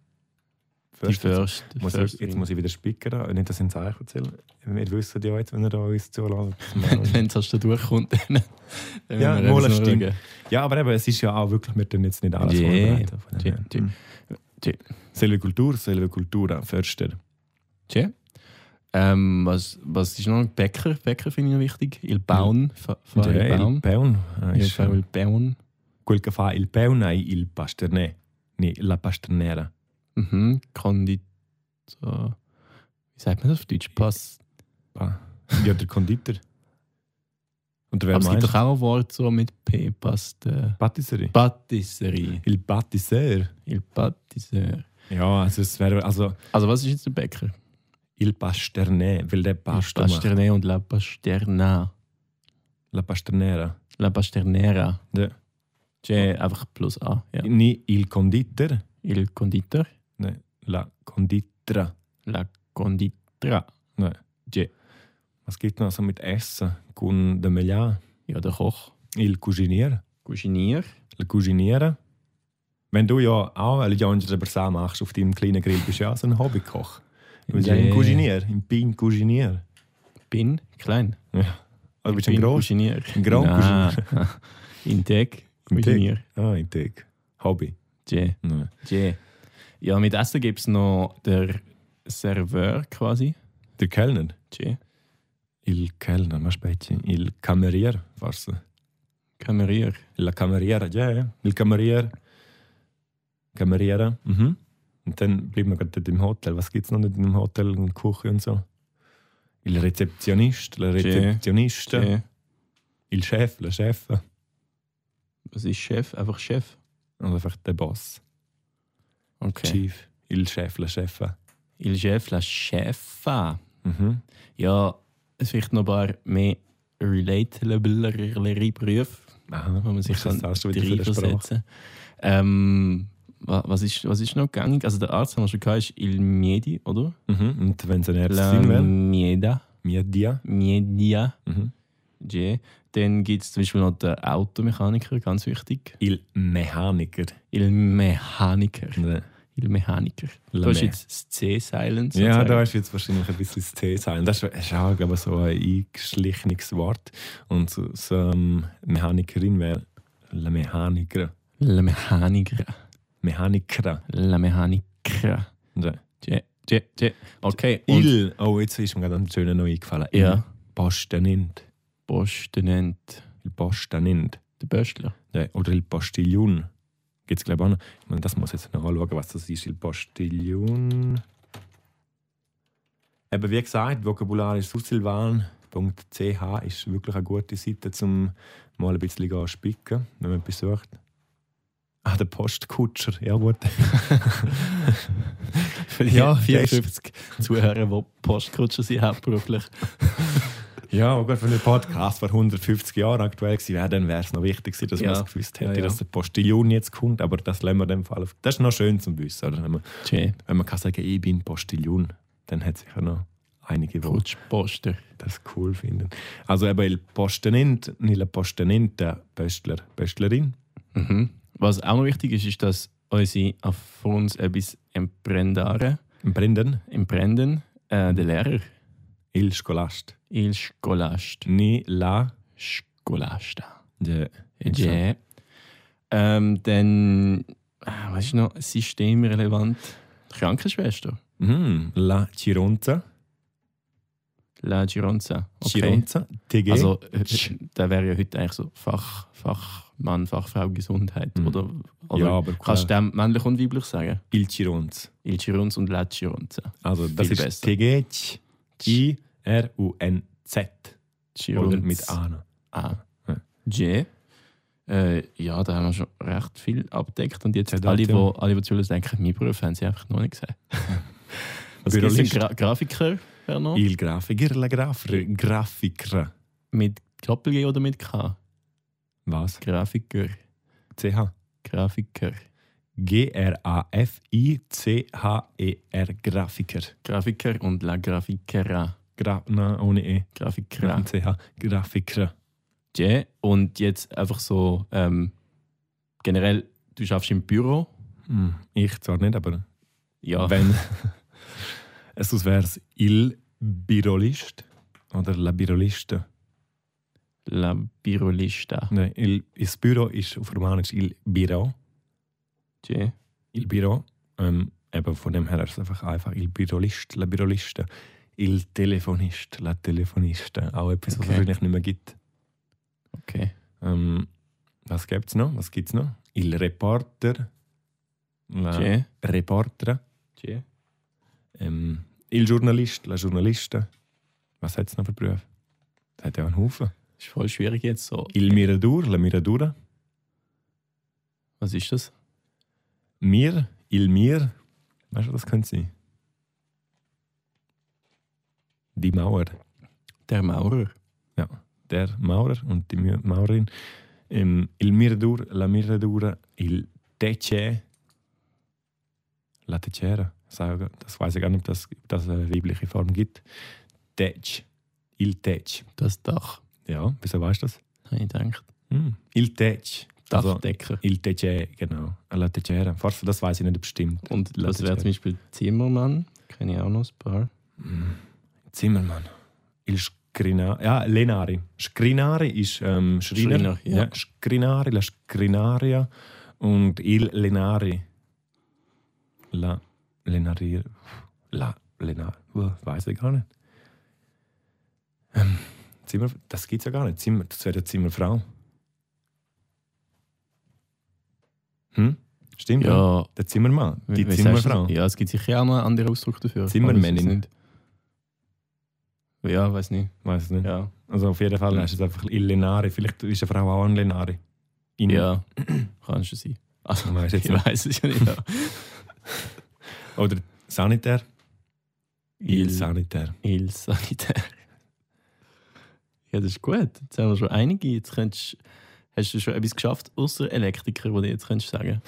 Speaker 2: Die
Speaker 1: Förster.
Speaker 2: First.
Speaker 1: Muss ich, jetzt muss ich wieder spicken, da, nicht, dass ich ein Zeichen erzähle. Wir wissen ja jetzt, wenn ihr da uns zulässt. [laughs]
Speaker 2: Wenn es erst da durchkommt, [laughs] dann. dann
Speaker 1: Mhm. Ja,
Speaker 2: müssen wir
Speaker 1: mal,
Speaker 2: eben
Speaker 1: das
Speaker 2: so
Speaker 1: stimmt.
Speaker 2: schauen.
Speaker 1: ja, aber eben, es ist ja auch wirklich, wir tun jetzt nicht alles
Speaker 2: Ja.
Speaker 1: vorbereiten. von dem
Speaker 2: Ja,
Speaker 1: her.
Speaker 2: ja.
Speaker 1: Mhm.
Speaker 2: Ja.
Speaker 1: Selvicultur, Selvicultura, Förster.
Speaker 2: Tja. Ähm, was, was ist noch? Bäcker, Bäcker finde ich noch wichtig. Il Baun. Fa, fa
Speaker 1: Ja,
Speaker 2: il
Speaker 1: il
Speaker 2: Baun.
Speaker 1: Peon. Ah,
Speaker 2: Il
Speaker 1: ist-
Speaker 2: fa il Baun.
Speaker 1: quel che fa il peon è il pasternè, ne, la pasternera.
Speaker 2: Mhm. Kondit. So. Wie sagt man das auf Deutsch? Pass.
Speaker 1: Ah. Ja, der Konditor. Und wer
Speaker 2: Aber es gibt
Speaker 1: meint?
Speaker 2: doch auch ein Wort so mit P. Paste.
Speaker 1: Patisserie.
Speaker 2: Patisserie.
Speaker 1: Il pâtisseur.
Speaker 2: Il Patisserie.
Speaker 1: Ja, also es wäre also
Speaker 2: Also, was ist jetzt der Bäcker?
Speaker 1: il pasternè, weil der Pastor macht.
Speaker 2: Pasterne und La Pasterna.
Speaker 1: La pasternera.
Speaker 2: La Pasternera.
Speaker 1: Ja.
Speaker 2: Che, einfach plus A. Ja.
Speaker 1: Ni il conditor,
Speaker 2: Il Conditor.
Speaker 1: ne, la conditra.
Speaker 2: La Conditra.
Speaker 1: Was gibt noch so mit Essen? Con de Melia.
Speaker 2: Ja, der Koch.
Speaker 1: Il cucinier,
Speaker 2: Cuisinier.
Speaker 1: la cuciniere. Wenn du ja auch eine Janjere Bersin machst auf deinem kleinen Grill, bist du ja auch so ein Hobbykoch. Du bist ja ein
Speaker 2: Yeah.
Speaker 1: Cuisinier, ein Pin Cuisinier.
Speaker 2: Bin klein.
Speaker 1: Ja. Also bist du ein Grosch?
Speaker 2: Ingenieur.
Speaker 1: Ein Grand
Speaker 2: [laughs] Integ.
Speaker 1: Integ.
Speaker 2: Ingenieur.
Speaker 1: Ah, ein Tick. Hobby.
Speaker 2: Je.
Speaker 1: Nein.
Speaker 2: Je. Ja, mit Essen gibt es noch der Serveur quasi.
Speaker 1: Der Kellner.
Speaker 2: Je.
Speaker 1: Il Kellner, ma specie. Il Camerier, forse.
Speaker 2: Kamerier.
Speaker 1: La Cameriera, ja, ja. Il Camerier. Cameriera. Mhm. Und dann bleiben wir gerade dort im Hotel. Was gibt es noch nicht im Hotel? Und Küche und so. Il Rezeptionist, la Rezeptionista.
Speaker 2: Je.
Speaker 1: Il Chef, la Chef.
Speaker 2: Was ist Chef? Einfach Chef.
Speaker 1: Oder einfach der Boss.
Speaker 2: Okay.
Speaker 1: Chief. Il Chef, la Chef.
Speaker 2: Il Chef, la Chefa.
Speaker 1: Mhm.
Speaker 2: Ja, es vielleicht noch ein paar mehr relatablere Berufe,
Speaker 1: Aha.
Speaker 2: wo man sich
Speaker 1: Was ist
Speaker 2: kann
Speaker 1: Ah, das schon wieder für eine Sprache?
Speaker 2: reinversetzen ähm, wa- was, ist, was ist noch gängig? Also der Arzt, den wir schon gehabt haben, ist Il Miedi, oder?
Speaker 1: Mhm. Und wenn es ein
Speaker 2: La
Speaker 1: Ärztin wäre,
Speaker 2: Mieda.
Speaker 1: Miedia.
Speaker 2: Miedia.
Speaker 1: Mhm.
Speaker 2: Je. Dann gibt es zum Beispiel noch den Automechaniker, ganz wichtig.
Speaker 1: Il Mechaniker.
Speaker 2: Il Mechaniker.
Speaker 1: Ne.
Speaker 2: Il Mechaniker.
Speaker 1: La
Speaker 2: Da ist
Speaker 1: Me-
Speaker 2: jetzt das C-Silent.
Speaker 1: Ja,
Speaker 2: sozusagen.
Speaker 1: da ist jetzt wahrscheinlich ein bisschen das T sein. Das ist- ist auch glaube ich, so ein eingeschlichenes Wort. Und so, so ähm, Mechanikerin wäre La Mechaniker.
Speaker 2: La Mechaniker.
Speaker 1: Mechaniker.
Speaker 2: La Mechaniker.
Speaker 1: Ja.
Speaker 2: Je, je, je. Okay. und-
Speaker 1: Il. Oh, jetzt ist mir gerade ein schöner noch eingefallen.
Speaker 2: Ja.
Speaker 1: Postenint.
Speaker 2: Postinent.
Speaker 1: Il Postenint.
Speaker 2: Der Böstler.
Speaker 1: Ja. Oder Il Postillon. Gibt es, glaube ich, auch noch. Ich meine, das muss ich jetzt noch anschauen, was das ist. Il Postillon. Eben, wie gesagt, vokabularisch sussilvan.ch ist wirklich eine gute Seite, um mal ein bisschen zu spicken, wenn man etwas sucht. Ah, der Postkutscher, ja gut.
Speaker 2: [laughs]
Speaker 1: [laughs]
Speaker 2: ja,
Speaker 1: der ist-
Speaker 2: 54 Zuhörer, die Postkutscher sind, hauptberuflich.
Speaker 1: Ja, aber gut, wenn der Podcast vor 150 Jahren aktuell gewesen wäre, dann wäre es noch wichtig gewesen, dass
Speaker 2: Ja.
Speaker 1: man es gewusst hätte,
Speaker 2: Ja, ja.
Speaker 1: dass der Postillon jetzt kommt. Aber das lassen wir in dem Fall. auf- Das ist noch schön zum Wissen. Oder? Wenn, man,
Speaker 2: Je,
Speaker 1: wenn man kann sagen ich bin Postillon, dann hat sicher noch einige, die
Speaker 2: Kutschposter.
Speaker 1: das cool finden. Also eben il Postenint, nil Postenint, der Böstler, Böstlerin.
Speaker 2: Mhm. Was auch noch wichtig ist, ist, dass unsere auf uns etwas Emprendare,
Speaker 1: Brenden,
Speaker 2: Emprenden, äh, der Lehrer,
Speaker 1: il Scholast.
Speaker 2: il Scolast.
Speaker 1: Ni la.
Speaker 2: Scolasta.
Speaker 1: De,
Speaker 2: Je. Ähm, dann, ah, was ist noch systemrelevant? Krankenschwester.
Speaker 1: Mhm, la Chironza.
Speaker 2: La Gironza.
Speaker 1: Chironza, TG.
Speaker 2: Also, äh, da wäre ja heute eigentlich so Fach, Fachmann, Fachfrau Gesundheit.
Speaker 1: Mhm.
Speaker 2: Oder, oder
Speaker 1: ja, aber
Speaker 2: kannst du dem männlich und weiblich sagen?
Speaker 1: il Chironza.
Speaker 2: Il Girons und La Gironza.
Speaker 1: Also das
Speaker 2: Viel
Speaker 1: ist
Speaker 2: besser.
Speaker 1: T-G-I-R-U-N-Z. Oder
Speaker 2: Girons
Speaker 1: mit A.
Speaker 2: A.
Speaker 1: Ja.
Speaker 2: J. Ah. Äh, ja, da haben wir schon recht viel abgedeckt. Und jetzt
Speaker 1: Ja, das,
Speaker 2: alle,
Speaker 1: ja.
Speaker 2: wo, alle, die zuhören, denken, mein Beruf haben sie einfach noch nicht gesagt. Was gibt's denn? genau?
Speaker 1: Bürolist.
Speaker 2: Gra Grafiker wäre noch?
Speaker 1: Il Grafiker, la Grafer, Grafiker.
Speaker 2: Mit Doppel-G oder mit K?
Speaker 1: Was?
Speaker 2: Grafiker.
Speaker 1: CH.
Speaker 2: Grafiker.
Speaker 1: G-R-A-F-I-C-H-E-R, E Grafiker.
Speaker 2: Grafiker und La Grafikera.
Speaker 1: Gra na, ohne E.
Speaker 2: Grafikera.
Speaker 1: Ja. CH. Grafiker.
Speaker 2: Ja, und jetzt einfach so ähm, generell, du schaffst im Büro.
Speaker 1: Hm, Ich zwar nicht, aber
Speaker 2: Ja,
Speaker 1: wenn. [laughs] Sonst wäre es Il Birolist oder La Birolista.
Speaker 2: la Birolista.
Speaker 1: Nein, il, das Büro ist auf Romanisch Il Biro.
Speaker 2: Ja.
Speaker 1: Il Biro. Ähm, eben von dem her ist es einfach einfach Il Birolist, la Birolista. Il Telefonist, la Telefonista. Auch etwas, was es
Speaker 2: Okay.
Speaker 1: wahrscheinlich nicht mehr gibt.
Speaker 2: Okay.
Speaker 1: Ähm, was gibt es noch? Was gibt's noch? Il Reporter, la
Speaker 2: Ja.
Speaker 1: Reporter.
Speaker 2: Ja.
Speaker 1: Ähm, il Journalist, la Journalista. Was hat es noch für Berufe? Das hat ja einen Haufen.
Speaker 2: Ist voll schwierig jetzt so.
Speaker 1: Il Mirador, la Miradura.
Speaker 2: Was ist das?
Speaker 1: Mir, il mir. Weißt du, was das könnte sein? Die Mauer.
Speaker 2: Der Maurer.
Speaker 1: Der Maurer und die Mü- Maurerin. Ähm, il mirador, la miradura, il tece. La tecera. Sage- Das weiß ich gar nicht, ob das, ob das eine weibliche Form gibt. Tec. Il tec.
Speaker 2: Das Dach.
Speaker 1: Ja, wieso weißt du das?
Speaker 2: Habe ich gedacht.
Speaker 1: Hm. Il tec. Also,
Speaker 2: Dachdecker.
Speaker 1: il tece, genau. La tecera. Forse, das weiß ich nicht bestimmt.
Speaker 2: und
Speaker 1: la
Speaker 2: das wäre
Speaker 1: Tecera.
Speaker 2: zum Beispiel Zimmermann. Kenne ich auch noch ein paar.
Speaker 1: Mm. Zimmermann. Hm, Il Scrina, ja, Lenari. Scrinari ist ähm, Schreiner.
Speaker 2: Schreiner, ja.
Speaker 1: Scrinari, la Scrinaria und il Lenari. La Lenari. La Lenari. Weiß ich gar nicht. Ähm, Zimmer, das gibt es ja gar nicht. Zimmer, das wäre eine Zimmerfrau. Hm? Stimmt, ja.
Speaker 2: Ja,
Speaker 1: Der Zimmermann, die
Speaker 2: wie- wie
Speaker 1: Zimmerfrau.
Speaker 2: sagst du das? Ja, es gibt sicher auch noch einen anderen Ausdruck dafür.
Speaker 1: Zimmermännin.
Speaker 2: Aber ich weiß es nicht. Ja, weiß nicht.
Speaker 1: Weiß es nicht.
Speaker 2: Ja.
Speaker 1: Also auf jeden Fall
Speaker 2: Mhm.
Speaker 1: hast du es einfach il Lenari. Vielleicht ist eine Frau auch ein Lenari. In-
Speaker 2: Ja, [clears throat] kann schon sein. Also,
Speaker 1: Man weiß jetzt
Speaker 2: [laughs] ich
Speaker 1: nicht.
Speaker 2: weiß es ja nicht. [laughs] ja.
Speaker 1: Oder Sanitär. Il
Speaker 2: Il,
Speaker 1: Sanitär.
Speaker 2: Il Sanitär. Ja, das ist gut. Jetzt haben wir schon einige. Jetzt könntest, hast du schon etwas geschafft, außer Elektriker, wo du jetzt könntest sagen.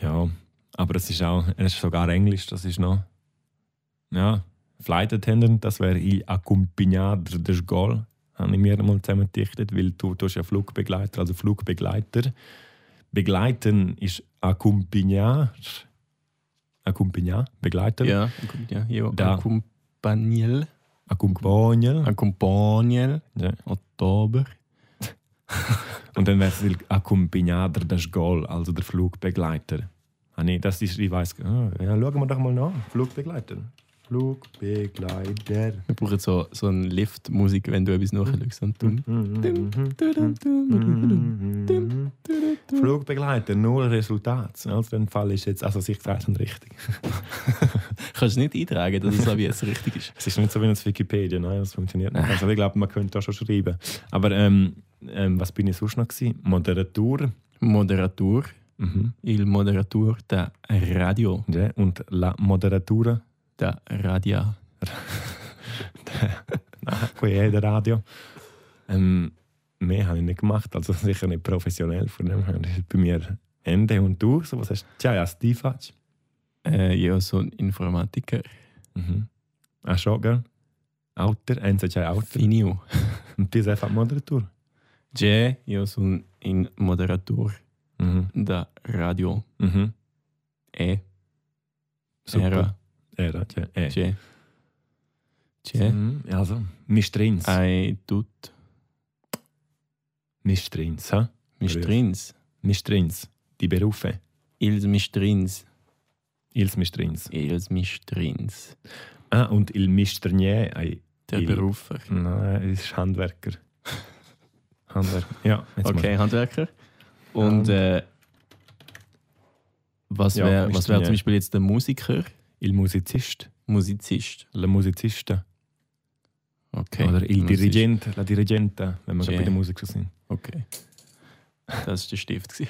Speaker 1: Ja, aber es ist auch, es ist sogar Englisch, das ist noch. Ja, Flight Attendant, das wäre il accompagnador de Gol, habe ich mir mal zusammengedichtet, weil du, du hast ja Flugbegleiter, also Flugbegleiter. Begleiten ist accompagnar. Accompagnar, Begleiter.
Speaker 2: Ja, gut, ja. ja.
Speaker 1: Da.
Speaker 2: Accompagnel.
Speaker 1: Accompagner.
Speaker 2: Accompagnel.
Speaker 1: Ja.
Speaker 2: Oktober.
Speaker 1: Und dann wäre es il accompagnador de Gol, also der Flugbegleiter. Ah, nee, das ist, ich weiß, ah, ja, schauen wir doch mal nach. Flugbegleiter. Flugbegleiter.
Speaker 2: Wir brauchen so, so eine Lift-Musik, wenn du etwas
Speaker 1: Mhm.
Speaker 2: nachschaust. Und dumm.
Speaker 1: Flugbegleiter, null Resultat. Also dann Fall ist jetzt, also ich sage es richtig.
Speaker 2: Kannst du nicht eintragen, dass es ab jetzt
Speaker 1: [laughs]
Speaker 2: richtig ist.
Speaker 1: Es ist nicht so wie das Wikipedia, nein, das funktioniert nicht. Also ich glaube, man könnte da schon schreiben. Aber ähm, ähm, was bin ich sonst noch gewesen? Moderatur
Speaker 2: Moderator.
Speaker 1: mhm.
Speaker 2: Il Moderator da Radio.
Speaker 1: ja. und la Moderatura,
Speaker 2: Da Radia.
Speaker 1: qui der Radio. Ähm, mehr habe ich nicht gemacht, also [laughs] sicher nicht professionell. Von dem her ist bei mir Ende und du. So was hast du? Tja, ja, Stifac.
Speaker 2: Äh, ja, so ein Informatiker.
Speaker 1: Mhm. Ah, schon, gell? Auter, eins ist ja Auter.
Speaker 2: Finio.
Speaker 1: Und die ist einfach die Moderatur.
Speaker 2: J, ja, so ein Moderator
Speaker 1: Mhm.
Speaker 2: da Radio.
Speaker 1: Mhm.
Speaker 2: E.
Speaker 1: Super.
Speaker 2: Era.
Speaker 1: Era, ja. Eh.
Speaker 2: J. J.
Speaker 1: Mhm. Also, Mistrins.
Speaker 2: Ei tut.
Speaker 1: Mistrins, ha?
Speaker 2: Mistrins.
Speaker 1: Mistrins. Die Berufe.
Speaker 2: Ils Mistrins.
Speaker 1: Ils Mistrins.
Speaker 2: Ils Mistrins.
Speaker 1: Ah, und il Mistrnier. ei,
Speaker 2: Der
Speaker 1: Il-
Speaker 2: Berufer.
Speaker 1: Nein, es ist Handwerker. [laughs] Handwerker. Ja, jetzt mal.
Speaker 2: Okay, Handwerker. Und äh, was
Speaker 1: Ja,
Speaker 2: wäre
Speaker 1: ist
Speaker 2: was wär
Speaker 1: ja.
Speaker 2: zum Beispiel jetzt der Musiker?
Speaker 1: Il Musizist.
Speaker 2: Musizist.
Speaker 1: La Musizista.
Speaker 2: Okay.
Speaker 1: Oder il
Speaker 2: Musizist.
Speaker 1: Dirigente. La Dirigenta, wenn wir gerade
Speaker 2: Ja.
Speaker 1: bei der Musik schon sind.
Speaker 2: Okay. Das war der Stift. gewesen.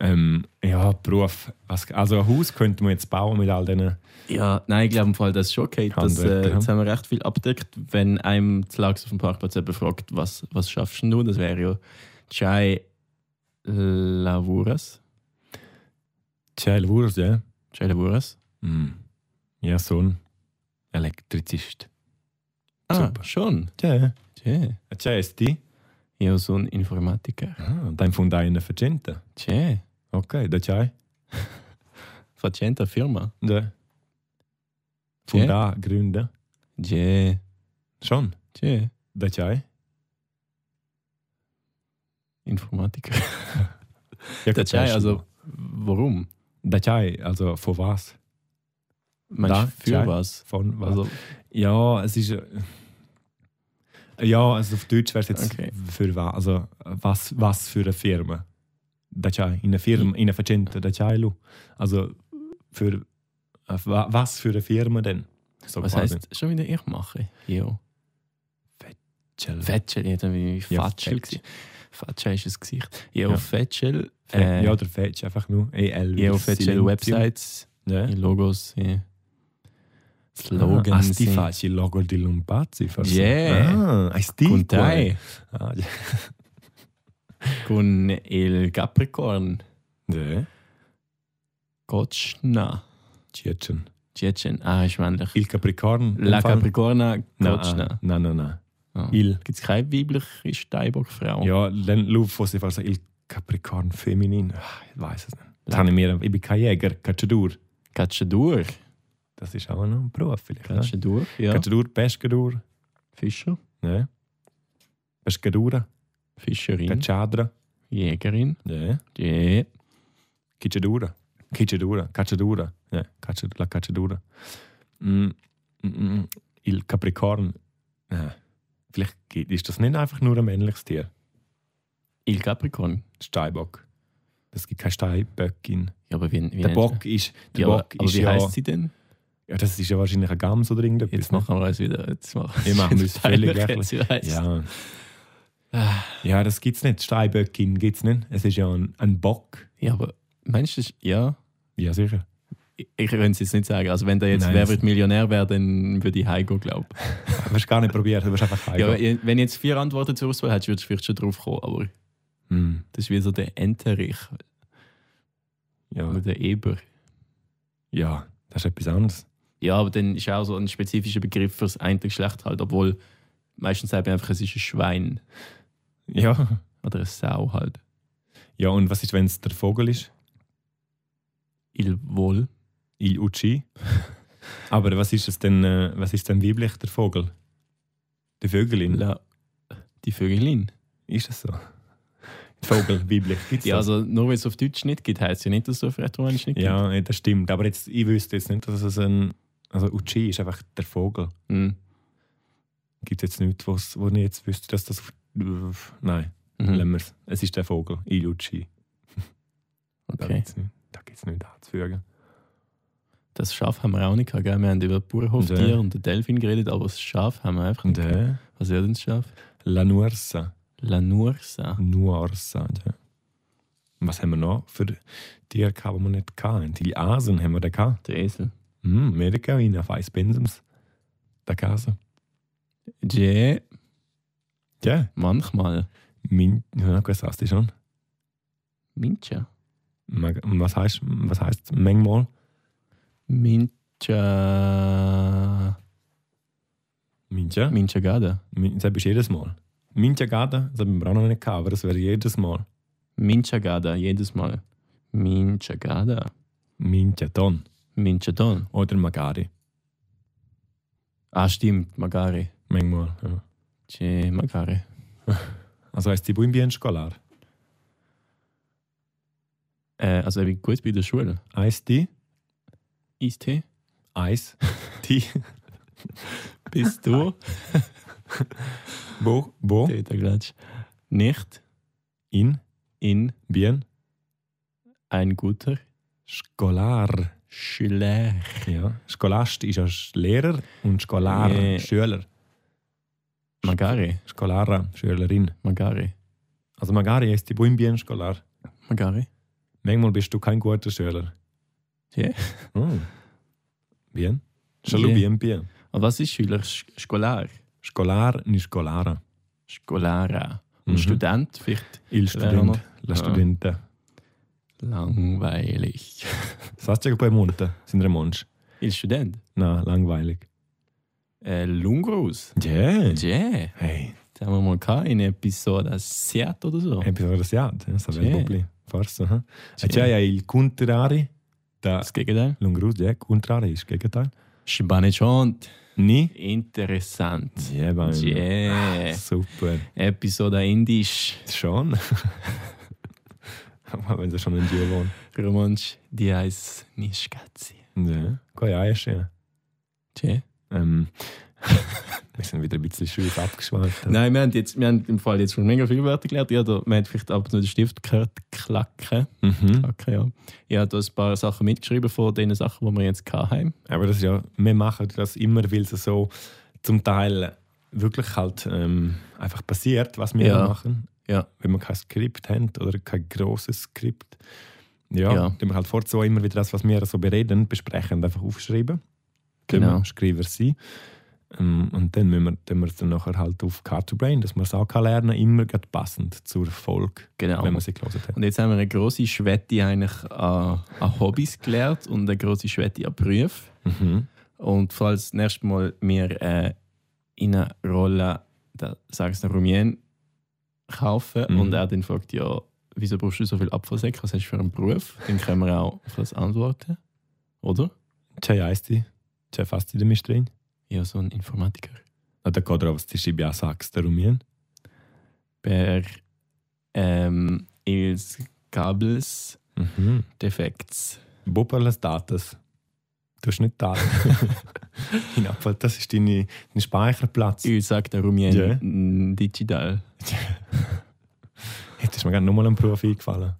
Speaker 1: Ähm, ja, Beruf. Was, also ein Haus könnte man jetzt bauen mit all diesen...
Speaker 2: Ja, nein, ich glaube im Fall, das ist schon okay. Das,
Speaker 1: Handwerker,
Speaker 2: äh,
Speaker 1: ja.
Speaker 2: jetzt haben wir recht viel abgedeckt. Wenn einem zu Lachs auf dem Parkplatz jemand fragt, was, was schaffst denn du, das wäre ja Chai Lavuras.
Speaker 1: Tja, Wurst, ja.
Speaker 2: Chai Lavuras.
Speaker 1: Mm. Ja, so ein Elektrizist.
Speaker 2: Ah,
Speaker 1: Super.
Speaker 2: schon.
Speaker 1: Tja,
Speaker 2: Tje.
Speaker 1: tja ist die.
Speaker 2: Ja, so ein Informatiker.
Speaker 1: Ah, dann von deiner Vergente.
Speaker 2: Tje.
Speaker 1: Okay, da tja.
Speaker 2: Facenta Firma.
Speaker 1: Da. Von
Speaker 2: Tja.
Speaker 1: da gründen.
Speaker 2: Tje.
Speaker 1: Schon.
Speaker 2: Tje.
Speaker 1: Da tja.
Speaker 2: Informatiker.
Speaker 1: [laughs] Ja,
Speaker 2: Der Chai, also warum?
Speaker 1: Da tja, also von was?
Speaker 2: Meinst
Speaker 1: Da,
Speaker 2: du für
Speaker 1: Chai.
Speaker 2: was?
Speaker 1: Von was?
Speaker 2: Also,
Speaker 1: ja, es ist. äh, Ja, also auf Deutsch wäre es jetzt
Speaker 2: Okay.
Speaker 1: für was? Also, äh, was, was für eine Firma? Da tja, in einer Firma, in einer Vergente, da tja, lu. Also, für. äh, wa- Was für eine Firma denn? So
Speaker 2: was
Speaker 1: quasi.
Speaker 2: heißt schon wieder ich mache? Jo.
Speaker 1: Tschel.
Speaker 2: Fetschel, ja, dann bin ich
Speaker 1: Ja,
Speaker 2: Fatschel.
Speaker 1: Fetschel.
Speaker 2: gewesen. Fatschel ist das Gesicht. Jo,
Speaker 1: Ja.
Speaker 2: Fetschel.
Speaker 1: Äh,
Speaker 2: Äh, E
Speaker 1: ja, oder Fetch einfach nur. E EL.
Speaker 2: jo, Fetschel Websites,
Speaker 1: Ja.
Speaker 2: ja. Logos, ja.
Speaker 1: Ah, Slogan.
Speaker 2: Slogans.
Speaker 1: Ah, sti facci il logo di Lumpazzi. forse.
Speaker 2: Yeah.
Speaker 1: Ah, sti.
Speaker 2: Con te,
Speaker 1: Ah, [laughs] ja.
Speaker 2: con il Capricorn,
Speaker 1: Ja.
Speaker 2: Gotschna.
Speaker 1: Tschetschen.
Speaker 2: Tschetschen, ah, ist männlich.
Speaker 1: Il Capricorn.
Speaker 2: La
Speaker 1: Umfang?
Speaker 2: Capricorna,
Speaker 1: Nein,
Speaker 2: Gotschna.
Speaker 1: nein, nein, nein.
Speaker 2: Ah.
Speaker 1: Il.
Speaker 2: Gibt es keine weibliche Steinbockfrau?
Speaker 1: Ja, dann lauf, was ich weiß, il Capricorn feminin. Ah, Ich weiß es nicht. Das habe ich mir, ich bin kein Jäger, Cacciador.
Speaker 2: Katschador.
Speaker 1: Das ist auch noch ein Beruf vielleicht. ne?
Speaker 2: Katschador, ja.
Speaker 1: Cacciador, Pescador,
Speaker 2: Fischer,
Speaker 1: Ne? Pescadura,
Speaker 2: Fischerin,
Speaker 1: Cacciadra.
Speaker 2: Jägerin,
Speaker 1: Ne?
Speaker 2: yeah.
Speaker 1: Cicciadura. Cicciadura. Cacciadura. Ne? Caccia, la cacciadura. Mm, mm, mm. Il Capricorn. Ne. Vielleicht geht- ist das nicht einfach nur ein männliches Tier.
Speaker 2: Il Capricorn.
Speaker 1: Steinbock. Das gibt keine Steinböckin.
Speaker 2: Ja, aber wie, wie
Speaker 1: Der
Speaker 2: nennt-
Speaker 1: Bock ist, der
Speaker 2: Ja, aber,
Speaker 1: Bock
Speaker 2: aber
Speaker 1: ist
Speaker 2: wie
Speaker 1: ja,
Speaker 2: heißt sie denn?
Speaker 1: ja, das ist ja wahrscheinlich ein Gams oder irgendetwas.
Speaker 2: Jetzt
Speaker 1: ne?
Speaker 2: machen wir es wieder. Jetzt machen
Speaker 1: Ich mache mich
Speaker 2: [laughs]
Speaker 1: völlig lächerlich.
Speaker 2: ja.
Speaker 1: Ja.
Speaker 2: Ah.
Speaker 1: ja, das gibt's nicht. Steinböckin gibt's nicht. Es ist ja ein, ein Bock.
Speaker 2: ja, aber meinst du, das- ja?
Speaker 1: Ja, sicher.
Speaker 2: Ich, ich könnte es jetzt nicht sagen. Also, wenn der jetzt
Speaker 1: Nein,
Speaker 2: Wer
Speaker 1: das-
Speaker 2: wird Millionär wäre, dann würde ich heimgehen, glaube ich.
Speaker 1: Aber hast gar nicht probiert, du hast einfach
Speaker 2: Ja,
Speaker 1: heimgegangen.
Speaker 2: aber wenn jetzt vier Antworten zur Auswahl hättest, würdest du vielleicht schon drauf kommen. Aber
Speaker 1: Hm.
Speaker 2: das ist wie so der Enterich
Speaker 1: ja.
Speaker 2: oder der Eber.
Speaker 1: ja, das ist etwas anderes.
Speaker 2: Ja, aber dann ist auch so ein spezifischer Begriff für das eine Geschlecht halt, obwohl meistens sagt man einfach, es ist ein Schwein
Speaker 1: Ja.
Speaker 2: oder eine Sau halt.
Speaker 1: Ja, und was ist, wenn es der Vogel ist?
Speaker 2: Il Wohl.
Speaker 1: Il Uchi. Aber was ist es denn, äh, was ist denn weiblich, der Vogel? Die Vögelin.
Speaker 2: La, die Vögelin.
Speaker 1: Ist das so? Vogel, weiblich. Gibt's
Speaker 2: Ja,
Speaker 1: das?
Speaker 2: also nur weil es auf Deutsch nicht gibt, heißt ja nicht, dass es auf Rätoromanisch nicht
Speaker 1: ja, ja, das stimmt. Aber jetzt, ich wüsste jetzt nicht, dass es ein. Also, Uchi ist einfach der Vogel.
Speaker 2: gibt. Mhm.
Speaker 1: Gibt es jetzt nichts, was, wo ich jetzt wüsste, dass das. auf- äh, Nein, lassen
Speaker 2: Mhm.
Speaker 1: wir es. Es ist der Vogel, Il Uchi. Da
Speaker 2: Okay.
Speaker 1: gibt es nichts da gibt's nichts anzufügen.
Speaker 2: Das Schaf haben wir auch nicht gehabt. Gell? Wir haben über Bauernhoftier
Speaker 1: Nee.
Speaker 2: und den Delfin geredet, aber das Schaf haben wir einfach
Speaker 1: Und
Speaker 2: nicht. gehabt.
Speaker 1: der?
Speaker 2: Was wäre denn das Schaf?
Speaker 1: La Nuorsa.
Speaker 2: La Nursa.
Speaker 1: Nuorsa. Ja. Was haben wir noch für Tiere, gehabt, die wir nicht hatten? Die Asen haben wir da gehabt.
Speaker 2: Der Esel.
Speaker 1: Hm, Amerika in auf Eisbensems. Da Kase.
Speaker 2: Je,
Speaker 1: Ja,
Speaker 2: manchmal.
Speaker 1: min, ja, was hast du schon?
Speaker 2: Mincha.
Speaker 1: Mag- Was heißt, was heißt manchmal?
Speaker 2: Mincha.
Speaker 1: Mincha?
Speaker 2: Mincha Gada.
Speaker 1: Min- Das bist jedes Mal. Mincha Gada, das haben wir auch noch nicht gehabt, aber das wäre jedes Mal.
Speaker 2: Minchagada, jedes Mal. Minchagada.
Speaker 1: Mincha Ton
Speaker 2: Minchadon.
Speaker 1: oder Magari.
Speaker 2: Ah, stimmt, Magari.
Speaker 1: Manchmal. Ja.
Speaker 2: Che, Magari.
Speaker 1: Also heißt die Buimbien Scholar.
Speaker 2: Äh, also, ich bin gut bei der Schule.
Speaker 1: Eis die?
Speaker 2: Ist
Speaker 1: Eis. Die.
Speaker 2: Bist du?
Speaker 1: Bo. Bo.
Speaker 2: Täterglatsch. Nicht
Speaker 1: In.
Speaker 2: in
Speaker 1: Bien.
Speaker 2: ein guter
Speaker 1: Scholar.
Speaker 2: Schüler.
Speaker 1: Ja, Scholast ist ja Sch- Lehrer und Scholar,
Speaker 2: Yeah.
Speaker 1: Schüler.
Speaker 2: Magari.
Speaker 1: Scholara, Schülerin.
Speaker 2: Magari.
Speaker 1: Also magari heißt die Buimbien Scholar.
Speaker 2: Magari.
Speaker 1: Manchmal bist du kein guter Schüler.
Speaker 2: Yeah.
Speaker 1: Hm. Bien. Schalu
Speaker 2: Yeah.
Speaker 1: bien bien.
Speaker 2: Und was ist Schüler? Sch Scholar.
Speaker 1: Scholar, nicht Scholara.
Speaker 2: Scholara. Und Student vielleicht
Speaker 1: Il
Speaker 2: Lehrer.
Speaker 1: student, la
Speaker 2: Ah.
Speaker 1: studente.
Speaker 2: langweilig.
Speaker 1: Das heißt ja bei Monte, sind wir Mensch.
Speaker 2: Il Student.
Speaker 1: Na, langweilig.
Speaker 2: Äh, Lungrus.
Speaker 1: Yeah.
Speaker 2: Yeah.
Speaker 1: Hey,
Speaker 2: Das haben wir mal gehabt in Episode 7 oder so.
Speaker 1: Episode das Jahr, das ist
Speaker 2: Yeah.
Speaker 1: ein Bubli. Forse, ha?
Speaker 2: Yeah.
Speaker 1: C'è ja il contrari da
Speaker 2: Das Gegenteil.
Speaker 1: Lungrus, ja, contrari ist Gegenteil.
Speaker 2: Spanechont.
Speaker 1: Ni.
Speaker 2: Interessant.
Speaker 1: Yeah, beim-
Speaker 2: Yeah.
Speaker 1: Super.
Speaker 2: Episode Indisch.
Speaker 1: [laughs] Schon. Aber wenn sie schon in dir wohnen.
Speaker 2: Romansch, die heißt Nischkatzi.
Speaker 1: Ja. Kann ja auch schön.
Speaker 2: Tschä.
Speaker 1: [laughs] Ähm, wir sind wieder ein bisschen schwierig abgeschweift.
Speaker 2: Nein, wir haben, jetzt, wir haben im Fall jetzt schon mega viele Wörter gelernt. Ja, da, man hat vielleicht ab und zu den Stift gehört, klacken.
Speaker 1: Mhm.
Speaker 2: klacken ja. Ich habe da ein paar Sachen mitgeschrieben von den Sachen, die wir jetzt gehabt haben.
Speaker 1: Aber das ist ja, wir machen das immer, weil es so zum Teil wirklich halt ähm, einfach passiert, was wir
Speaker 2: Ja.
Speaker 1: machen.
Speaker 2: Ja.
Speaker 1: Wenn wir kein Skript haben oder kein grosses Skript. Ja,
Speaker 2: Ja.
Speaker 1: ja. wir halt vorzu immer wieder das, was wir so bereden, besprechen, einfach aufschreiben. Können
Speaker 2: Genau.
Speaker 1: wir Schreiber sein. Ähm, Und dann müssen wir, dann wir es dann nachher halt auf Car to Brain, dass man es auch kann lernen kann, immer gerade passend zur Folge,
Speaker 2: Genau.
Speaker 1: wenn man sie gelesen hat.
Speaker 2: Und jetzt haben wir eine grosse Schwette eigentlich an, an Hobbys gelernt und eine grosse Schwette an Berufen.
Speaker 1: Mhm.
Speaker 2: Und falls das nächste Mal wir äh, in eine Rolle, da sage ich noch Rumien, kaufen
Speaker 1: Mhm.
Speaker 2: und er dann fragt, ja, wieso brauchst du so viel Abfallsäcke, was hast du für einen Beruf? Dann können wir auch auf das antworten, oder?
Speaker 1: Tja, ja, ist die. Tja, fast in der Mist drin.
Speaker 2: Ja, so ein Informatiker.
Speaker 1: Na, Ah, da geht er auf das Tischibia Sachs der Rumien.
Speaker 2: Per ähm, ils Kabels
Speaker 1: Mhm.
Speaker 2: Defekts.
Speaker 1: Boperlas Datas. Du hast nicht
Speaker 2: [laughs]
Speaker 1: da. In Abfall, das ist deine, dein Speicherplatz.
Speaker 2: Ich sage der Rumien
Speaker 1: Ja.
Speaker 2: n- digital.
Speaker 1: Jetzt ist mir gerade nochmal ein Beruf eingefallen.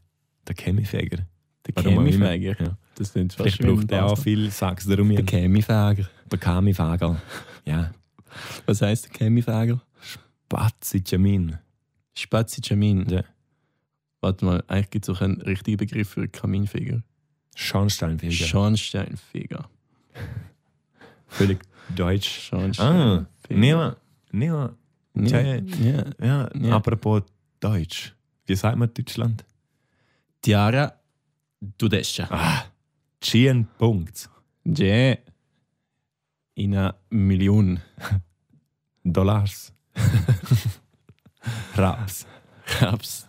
Speaker 1: Der Chemifeger.
Speaker 2: Der
Speaker 1: Warum auch immer.
Speaker 2: Chemifäger.
Speaker 1: Ja.
Speaker 2: Das sind fast
Speaker 1: Vielleicht braucht
Speaker 2: wie ein
Speaker 1: er auch
Speaker 2: Bastard.
Speaker 1: viel Sachs der
Speaker 2: Der
Speaker 1: Rumien.
Speaker 2: Chemifäger.
Speaker 1: Der Kamifagel. Ja.
Speaker 2: Was heißt der Chemifäger?
Speaker 1: Batzichamin.
Speaker 2: Spazichamin.
Speaker 1: Ja.
Speaker 2: Warte mal, eigentlich gibt es auch einen richtigen Begriff für Kaminfeger.
Speaker 1: Schornsteinfeger.
Speaker 2: Schornsteinfeger.
Speaker 1: Völlig deutsch. Ah,
Speaker 2: Schornsteinfeger.
Speaker 1: Neo. Neo.
Speaker 2: Ja,
Speaker 1: ja,
Speaker 2: ja.
Speaker 1: Ja,
Speaker 2: Ja.
Speaker 1: apropos Deutsch. Wie sagt man in Deutschland?
Speaker 2: Tiara Dudescha.
Speaker 1: Ah. Chien Punkt.
Speaker 2: Ja. In einer Million. [laughs]
Speaker 1: Dollars. Raps.
Speaker 2: Raps.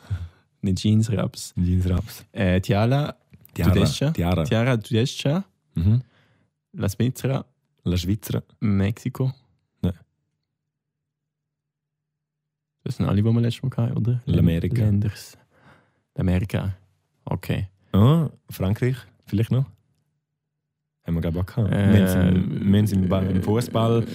Speaker 2: Eine Jeans Raps.
Speaker 1: Jeans Raps.
Speaker 2: Äh, Tiara,
Speaker 1: Tiara.
Speaker 2: Dudescha?
Speaker 1: Tiara.
Speaker 2: Tiara Dudescha,
Speaker 1: Mhm.
Speaker 2: La Spezia,
Speaker 1: La Schweizer.
Speaker 2: Mexiko.
Speaker 1: Nein.
Speaker 2: Das sind alle, die wir letztes Mal hatten, oder?
Speaker 1: L'America.
Speaker 2: Länders. Amerika. Okay.
Speaker 1: Ah, Frankreich. Vielleicht noch. Haben wir glaube ich auch gehabt.
Speaker 2: Äh,
Speaker 1: wir haben es im- wir haben es im, Ba- im
Speaker 2: äh,
Speaker 1: Fußball,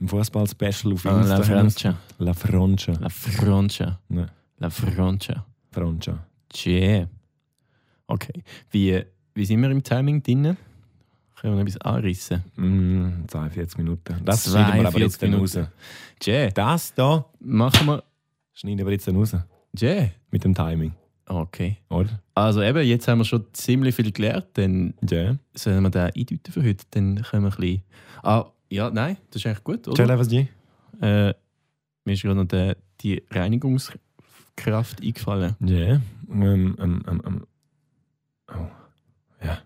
Speaker 1: im Fußball-Special auf Insta.
Speaker 2: Ah, La
Speaker 1: haben wir es-
Speaker 2: Francia.
Speaker 1: La Francia.
Speaker 2: La Francia.
Speaker 1: Nein.
Speaker 2: La Francia.
Speaker 1: Francia.
Speaker 2: Tje. Okay. Wie, wie sind wir im Timing drin? Können wir noch etwas anrissen?
Speaker 1: Mm, 42 Minuten. Das schneiden wir aber jetzt dann raus.
Speaker 2: 42 Tje.
Speaker 1: Das da
Speaker 2: Machen wir.
Speaker 1: schneiden wir jetzt dann raus.
Speaker 2: Tje.
Speaker 1: Mit dem Timing,
Speaker 2: Okay.
Speaker 1: oder?
Speaker 2: Also eben, jetzt haben wir schon ziemlich viel gelernt. Dann
Speaker 1: Ja.
Speaker 2: sollen wir den eindeuten für heute. Dann können wir ein bisschen... Ah, ja, nein. Das ist eigentlich gut,
Speaker 1: Ciao,
Speaker 2: oder?
Speaker 1: was die?
Speaker 2: Äh, mir ist gerade noch der, die Reinigungskraft eingefallen.
Speaker 1: Ja. Ähm, ähm, ähm, ähm. Oh. Ja.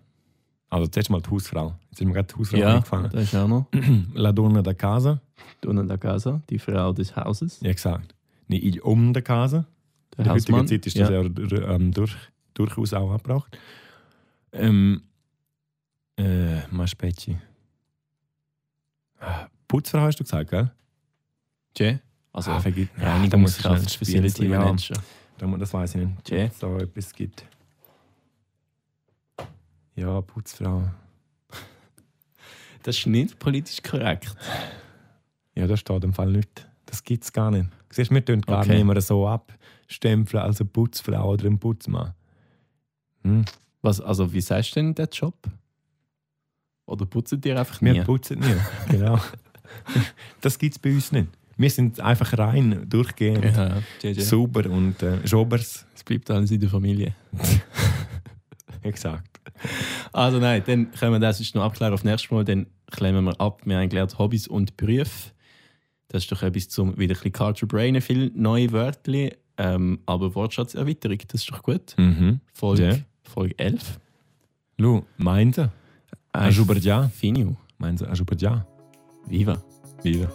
Speaker 1: Also zuerst mal die Hausfrau. Jetzt ist mir gerade die Hausfrau
Speaker 2: Ja,
Speaker 1: eingefallen.
Speaker 2: das ist auch noch.
Speaker 1: [clears throat] La donna da casa.
Speaker 2: Donna da Casa, die Frau des Hauses.
Speaker 1: Ja, gesagt. Nicht il um da casa.
Speaker 2: Der
Speaker 1: In der heutigen
Speaker 2: Hausmann.
Speaker 1: Zeit ist das
Speaker 2: ja.
Speaker 1: ja, r- ähm, durch, durchaus auch angebracht. Ähm, äh, Maspecci. Ah, Putzfrau hast du gesagt, gell?
Speaker 2: Tje. Also
Speaker 1: Ah, vergiss- Ah, da muss ich schnell
Speaker 2: Reinigungskraft, Facility
Speaker 1: spielen, ja.
Speaker 2: Manager.
Speaker 1: Da mu- Das weiß ich nicht.
Speaker 2: Tje.
Speaker 1: Ob es da etwas gibt. Ja, Putzfrau.
Speaker 2: Das ist nicht politisch korrekt.
Speaker 1: Ja, da steht im Fall nichts. Das gibt es gar nicht. Siehst, du, wir tun gar
Speaker 2: Okay.
Speaker 1: nicht mehr so abstempeln als eine Putzfrau oder ein Putzmann. Hm.
Speaker 2: Was, also, wie sagst du denn den Job? Oder putzen dir einfach
Speaker 1: Wir
Speaker 2: nie?
Speaker 1: putzen nie. genau. Das gibt es bei uns nicht. Wir sind einfach rein, durchgehend,
Speaker 2: Ja, ja, ja.
Speaker 1: sauber und äh, schobers.
Speaker 2: Es bleibt alles in der Familie.
Speaker 1: Exakt.
Speaker 2: Also nein, dann können wir das jetzt noch abklären auf nächstes Mal. Dann klemmen wir ab. Wir haben gelernt Hobbys und Berufe. Das ist doch etwas zum wieder ein bisschen Culture Brainen, viele neue Wörter, ähm, aber Wortschatzerweiterung, das ist doch gut.
Speaker 1: Mhm.
Speaker 2: Folge,
Speaker 1: Ja.
Speaker 2: Folge 11.
Speaker 1: Lu, meinte, a Juberdian.
Speaker 2: Finio.
Speaker 1: Meinte, a Juberdian.
Speaker 2: Viva.
Speaker 1: Viva.